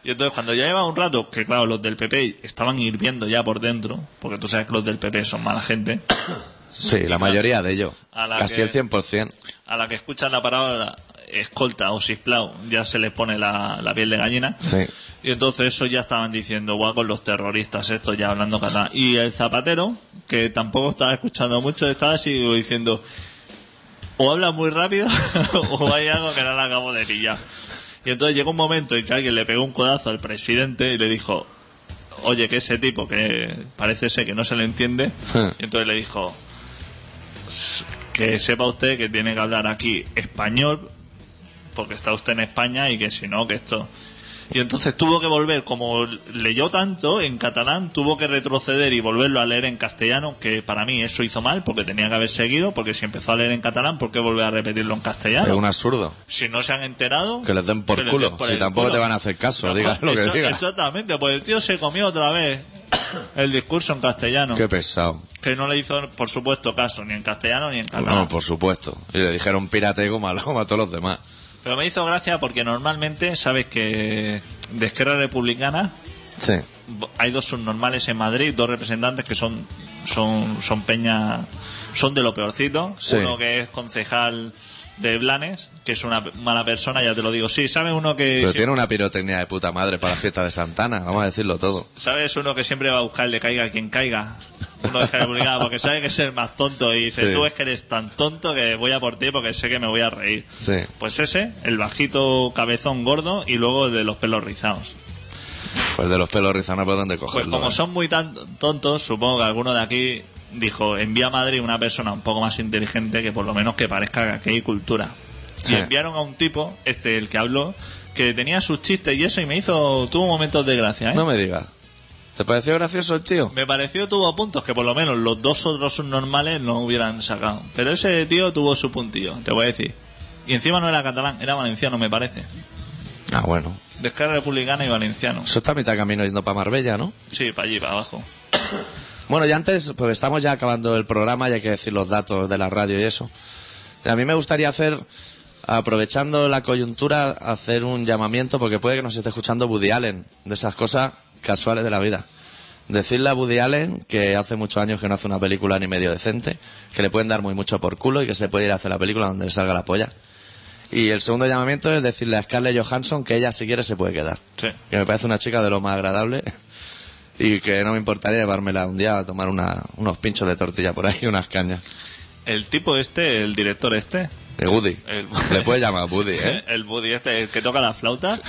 Speaker 2: Y entonces cuando ya llevaba un rato, que claro, los del PP estaban hirviendo ya por dentro, porque tú sabes que los del PP son mala gente,
Speaker 1: Sí, la mayoría de ellos.
Speaker 2: A la
Speaker 1: Casi
Speaker 2: que-
Speaker 1: el 100%.
Speaker 2: a la que escuchan la palabra escolta o sisplau, ya se les pone la, la piel de gallina.
Speaker 1: Sí.
Speaker 2: Y entonces eso ya estaban diciendo, guau, con los terroristas, esto ya hablando catalán. Y el zapatero, que tampoco estaba escuchando mucho, estaba así diciendo, o habla muy rápido o hay algo que no le acabo de pillar. Y entonces llegó un momento en que alguien le pegó un codazo al presidente y le dijo, oye, que ese tipo que parece ser que no se le entiende. Y entonces le dijo, que sepa usted que tiene que hablar aquí español porque está usted en España y que si no, que esto... Y entonces tuvo que volver, como leyó tanto en catalán, tuvo que retroceder y volverlo a leer en castellano, que para mí eso hizo mal, porque tenía que haber seguido, porque si empezó a leer en catalán, ¿por qué volver a repetirlo en
Speaker 1: Es
Speaker 2: castellano?
Speaker 1: un absurdo.
Speaker 2: Si no se han enterado...
Speaker 1: Que les den por
Speaker 2: que les
Speaker 1: culo,
Speaker 2: den por
Speaker 1: si
Speaker 2: el
Speaker 1: tampoco te van a hacer caso, digas lo que
Speaker 2: eso-
Speaker 1: digas.
Speaker 2: Exactamente, pues el tío se comió otra vez el discurso en castellano,
Speaker 1: Qué pesado.
Speaker 2: que no le hizo, por supuesto, caso, ni en castellano ni en catalán.
Speaker 1: No, por supuesto. Y le dijeron pirate como a, la- como a todos los demás.
Speaker 2: Pero me hizo gracia porque normalmente, sabes que de Esquerra Republicana
Speaker 1: Sí.
Speaker 2: bo- hay dos subnormales en Madrid, dos representantes que son son son peña son de lo peorcito,
Speaker 1: Sí.
Speaker 2: uno que es concejal de Blanes, que es una pe- mala persona, ya te lo digo. Sí, sabes uno que
Speaker 1: Pero
Speaker 2: sie-
Speaker 1: tiene una pirotecnia de puta madre para la fiesta de Santana, vamos a decirlo todo.
Speaker 2: sabes uno que siempre va a buscar le caiga a quien caiga. Uno de Esquerra Republicana porque sabe que es el más tonto y dice,
Speaker 1: Sí.
Speaker 2: "Tú es que eres tan tonto que voy a por ti porque sé que me voy a reír."
Speaker 1: Sí.
Speaker 2: Pues ese, el bajito cabezón gordo y luego el de los pelos rizados.
Speaker 1: Pues de los pelos rizados no por dónde
Speaker 2: Pues
Speaker 1: cogerlo.
Speaker 2: como
Speaker 1: ¿eh?
Speaker 2: son muy tan tontos, supongo que alguno de aquí dijo, envía a Madrid una persona un poco más inteligente que por lo menos que parezca que hay cultura.
Speaker 1: Sí.
Speaker 2: Y enviaron a un tipo, este el que habló, que tenía sus chistes y eso y me hizo, tuvo momentos de gracia, ¿eh?
Speaker 1: No me digas. ¿Te pareció gracioso el tío?
Speaker 2: Me pareció tuvo puntos que por lo menos los dos otros normales no hubieran sacado. Pero ese tío tuvo su puntillo, te voy a decir. Y encima no era catalán, era valenciano, me parece.
Speaker 1: Ah, bueno.
Speaker 2: De Esquerra republicana y valenciano.
Speaker 1: Eso está a mitad de camino yendo para Marbella, ¿no?
Speaker 2: Sí, para allí, para abajo.
Speaker 1: Bueno, ya antes, pues estamos ya acabando el programa y hay que decir los datos de la radio y eso. Y a mí me gustaría hacer aprovechando la coyuntura, hacer un llamamiento, porque puede que nos esté escuchando Woody Allen, de esas cosas casuales de la vida. Decirle a Woody Allen que hace muchos años que no hace una película ni medio decente, que le pueden dar muy mucho por culo y que se puede ir a hacer la película donde le salga la polla. Y el segundo llamamiento es decirle a Scarlett Johansson que ella si quiere se puede quedar.
Speaker 2: Sí.
Speaker 1: Que me parece una chica de lo más agradable y que no me importaría llevármela un día a tomar una- unos pinchos de tortilla por ahí y unas cañas.
Speaker 2: El tipo este, el director este,
Speaker 1: De Woody.
Speaker 2: El-
Speaker 1: Le puede llamar Woody, ¿eh?
Speaker 2: el Buddy este, el que toca la flauta,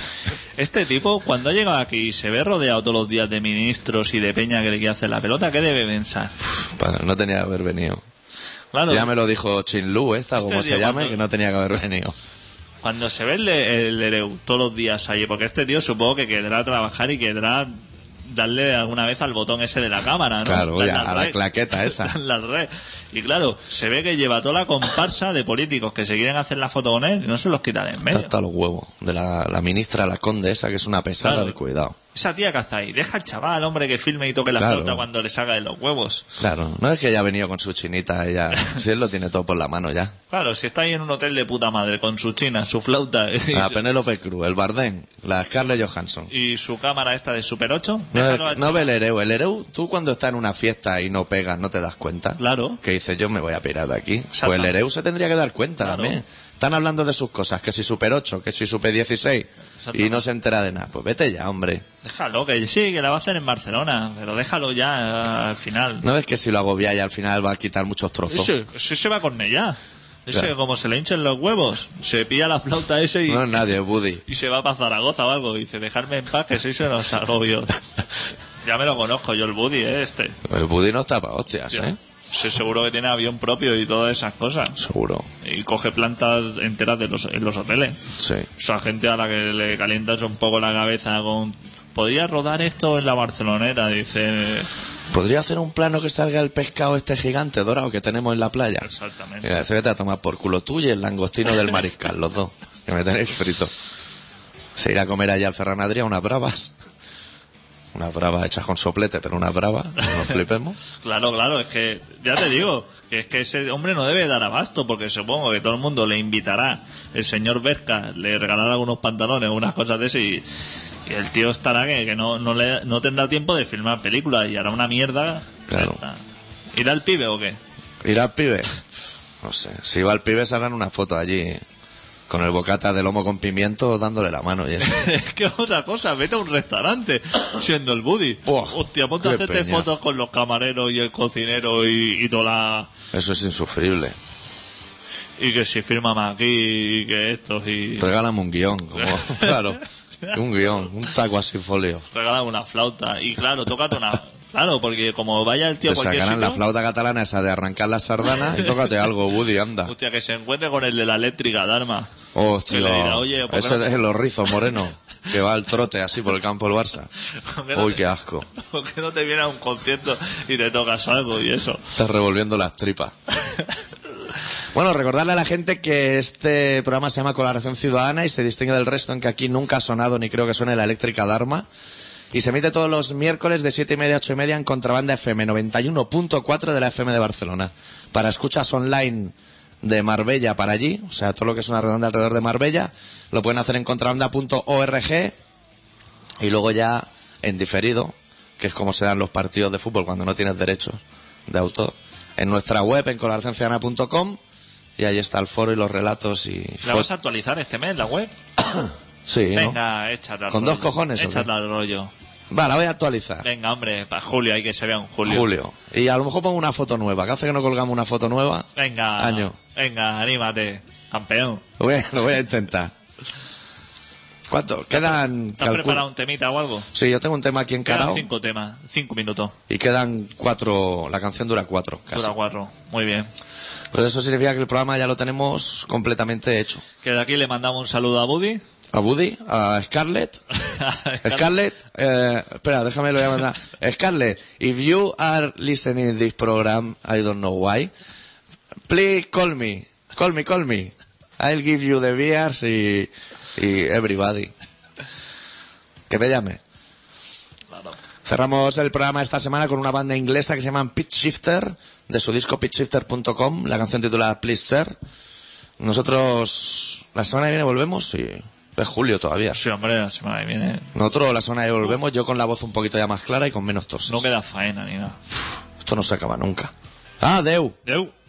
Speaker 2: este tipo, cuando ha llegado aquí y se ve rodeado todos los días de ministros y de peña que le quiere hacer la pelota, ¿qué debe pensar?
Speaker 1: Bueno, no tenía que haber venido.
Speaker 2: Claro,
Speaker 1: Ya me lo dijo Chin Lu, esta,
Speaker 2: Este
Speaker 1: como se
Speaker 2: día
Speaker 1: llame,
Speaker 2: cuando-
Speaker 1: que no tenía que haber venido.
Speaker 2: cuando se ve el, el Ereu todos los días allí, porque este tío supongo que querrá trabajar y querrá darle alguna vez al botón ese de la cámara, ¿no?
Speaker 1: Claro,
Speaker 2: Darle
Speaker 1: ya,
Speaker 2: al
Speaker 1: a la
Speaker 2: rec.
Speaker 1: claqueta esa.
Speaker 2: Darle al rec. Y claro, se ve que lleva toda la comparsa de políticos que se quieren hacer la foto con él y no se los quitan en
Speaker 1: Está
Speaker 2: medio.
Speaker 1: hasta los huevos. De la, la ministra, la conde esa, que es una pesada
Speaker 2: Claro.
Speaker 1: de cuidado.
Speaker 2: Esa tía que hace ahí, deja al chaval, hombre, que filme y toque la
Speaker 1: Claro.
Speaker 2: flauta cuando le salga de los huevos.
Speaker 1: Claro, no es que haya venido con su chinita, ella. Si él lo tiene todo por la mano ya.
Speaker 2: Claro, si está ahí en un hotel de puta madre con sus chinas, su flauta y,
Speaker 1: La Penélope Cruz, el Bardén, la Scarlett Johansson.
Speaker 2: y su cámara esta de Super 8,
Speaker 1: No,
Speaker 2: déjalo al
Speaker 1: no
Speaker 2: chaval.
Speaker 1: ve el Ereu. El Ereu, tú cuando estás en una fiesta y no pegas, no te das cuenta.
Speaker 2: Claro.
Speaker 1: Que dices, yo me voy a pirar de aquí. Pues el
Speaker 2: Exactamente.
Speaker 1: Ereu se tendría que dar cuenta
Speaker 2: Claro.
Speaker 1: también. Están hablando de sus cosas, que si super 8, que si super 16, y no se entera de nada. Pues vete ya, hombre.
Speaker 2: Déjalo, que sí, que la va a hacer en Barcelona, pero déjalo ya eh, al final.
Speaker 1: No ves que si lo agobia y al final va a quitar muchos trozos.
Speaker 2: Ese, ese se va con ella. Ese,
Speaker 1: Claro.
Speaker 2: como se le hinchen los huevos, se pilla la flauta ese y,
Speaker 1: No es nadie, Buddy.
Speaker 2: y se va para Zaragoza o algo. Dice, dejarme en paz, que soy se los agobios. ya me lo conozco yo, el Buddy, ¿eh? este.
Speaker 1: El Buddy no está para hostias, ¿eh?
Speaker 2: Se- seguro que tiene avión propio y todas esas cosas.
Speaker 1: Seguro.
Speaker 2: Y coge plantas enteras de los, en los hoteles.
Speaker 1: Sí.
Speaker 2: O sea, gente a la que le calientas un poco la cabeza con... ¿Podría rodar esto en la Barceloneta? Dice...
Speaker 1: ¿Podría hacer un plano que salga el pescado este gigante dorado que tenemos en la playa?
Speaker 2: Exactamente.
Speaker 1: Mira, eso que te va a tomar por culo tú y el langostino del mariscal, los dos. Que me tenéis frito. Se irá a comer allá al Ferran Adrià unas bravas. Unas bravas hechas con soplete, pero unas bravas. No nos flipemos.
Speaker 2: Claro, claro, es que ya te digo, que es que ese hombre no debe dar abasto, porque supongo que todo el mundo le invitará, el señor Berca le regalará algunos pantalones, unas cosas de ese, y, y el tío estará que, que no, no, le, no tendrá tiempo de filmar películas y hará una mierda.
Speaker 1: Claro.
Speaker 2: Esta. ¿Irá el pibe o qué?
Speaker 1: ¿Irá al pibe? No sé. Si va al pibe, harán una foto allí. Con el bocata de lomo con pimiento dándole la mano. Y eso.
Speaker 2: es que otra cosa, vete a un restaurante siendo el buddy.
Speaker 1: Buah,
Speaker 2: Hostia, ponte a
Speaker 1: qué
Speaker 2: hacerte
Speaker 1: peña.
Speaker 2: fotos con los camareros y el cocinero y, y toda la...
Speaker 1: Eso es insufrible.
Speaker 2: Y que si firma más aquí y que esto y...
Speaker 1: Regálame un guión. como- claro. Un guión. Un taco así folio.
Speaker 2: regala una flauta. Y claro, tócate una. Claro, porque como vaya el
Speaker 1: Te
Speaker 2: tío a cualquier
Speaker 1: sacarán
Speaker 2: sitio,
Speaker 1: la flauta catalana esa de arrancar las sardanas y tócate algo, Woody, anda.
Speaker 2: hostia, que se encuentre con el de la eléctrica, Dharma.
Speaker 1: Hostia,
Speaker 2: Que le dirá, "Oye, ¿por qué
Speaker 1: ese
Speaker 2: no te-
Speaker 1: es los rizos moreno, que va al trote así por el campo del Barça.
Speaker 2: ¿Por qué no
Speaker 1: Oh, Uy,
Speaker 2: te-
Speaker 1: qué asco.
Speaker 2: ¿Por qué no te viene a un concierto y te tocas algo y eso?
Speaker 1: Estás revolviendo las tripas. Bueno, recordarle a la gente que este programa se llama Colaboración Ciudadana y se distingue del resto en que aquí nunca ha sonado ni creo que suene la eléctrica Dharma. Y se emite todos los miércoles de siete y media a ocho y media en Contrabanda FM 91.4 de la FM de Barcelona. Para escuchas online de Marbella para allí, o sea, todo lo que es una redonda alrededor de Marbella, lo pueden hacer en contrabanda.org y luego ya en diferido, que es como se dan los partidos de fútbol cuando no tienes derechos de autor, en nuestra web en colaboracionciudadana.com y ahí está el foro y los relatos y
Speaker 2: ¿La
Speaker 1: fo-
Speaker 2: vas a actualizar este mes, la web?
Speaker 1: Sí, ¿no?
Speaker 2: Venga, échate al
Speaker 1: ¿Con
Speaker 2: rollo.
Speaker 1: dos cojones, o qué?
Speaker 2: Échate al rollo.
Speaker 1: Va, la voy a actualizar.
Speaker 2: Venga, hombre, para Julio, hay que se vea un Julio.
Speaker 1: Julio. Y a lo mejor pongo una foto nueva, que hace que no colgamos una foto nueva.
Speaker 2: Venga,
Speaker 1: Año.
Speaker 2: venga, anímate, campeón.
Speaker 1: Lo voy, a- lo voy a intentar. ¿Cuánto? Quedan...
Speaker 2: ¿Te has
Speaker 1: calculo-
Speaker 2: preparado un temita o algo?
Speaker 1: Sí, yo tengo un tema aquí
Speaker 2: Quedan
Speaker 1: encarado
Speaker 2: cinco temas, cinco minutos,
Speaker 1: y quedan cuatro... La canción dura cuatro, casi.
Speaker 2: dura cuatro. Muy bien.
Speaker 1: Pues eso significa que el programa ya lo tenemos completamente hecho.
Speaker 2: Que de aquí le mandamos un saludo a Buddy.
Speaker 1: A Buddy, a Scarlett. Scarlett, eh, espera, déjame lo voy a mandar. Scarlett, if you are listening this program, I don't know why, please call me, call me, call me. I'll give you the beers y, y everybody. Que me llame.
Speaker 2: Claro.
Speaker 1: Cerramos el programa esta semana con una banda inglesa que se llama Pitch Shifter, de su disco pitchshifter.com, la canción titulada Please Sir. Nosotros ¿La semana que viene volvemos? Sí. Es julio todavía.
Speaker 2: Sí, hombre, la semana que viene
Speaker 1: Nosotros la semana que viene volvemos, yo con la voz un poquito ya más clara y con menos toses.
Speaker 2: no queda faena ni nada.
Speaker 1: Esto no se acaba nunca. Ah, Deu.
Speaker 2: Deu.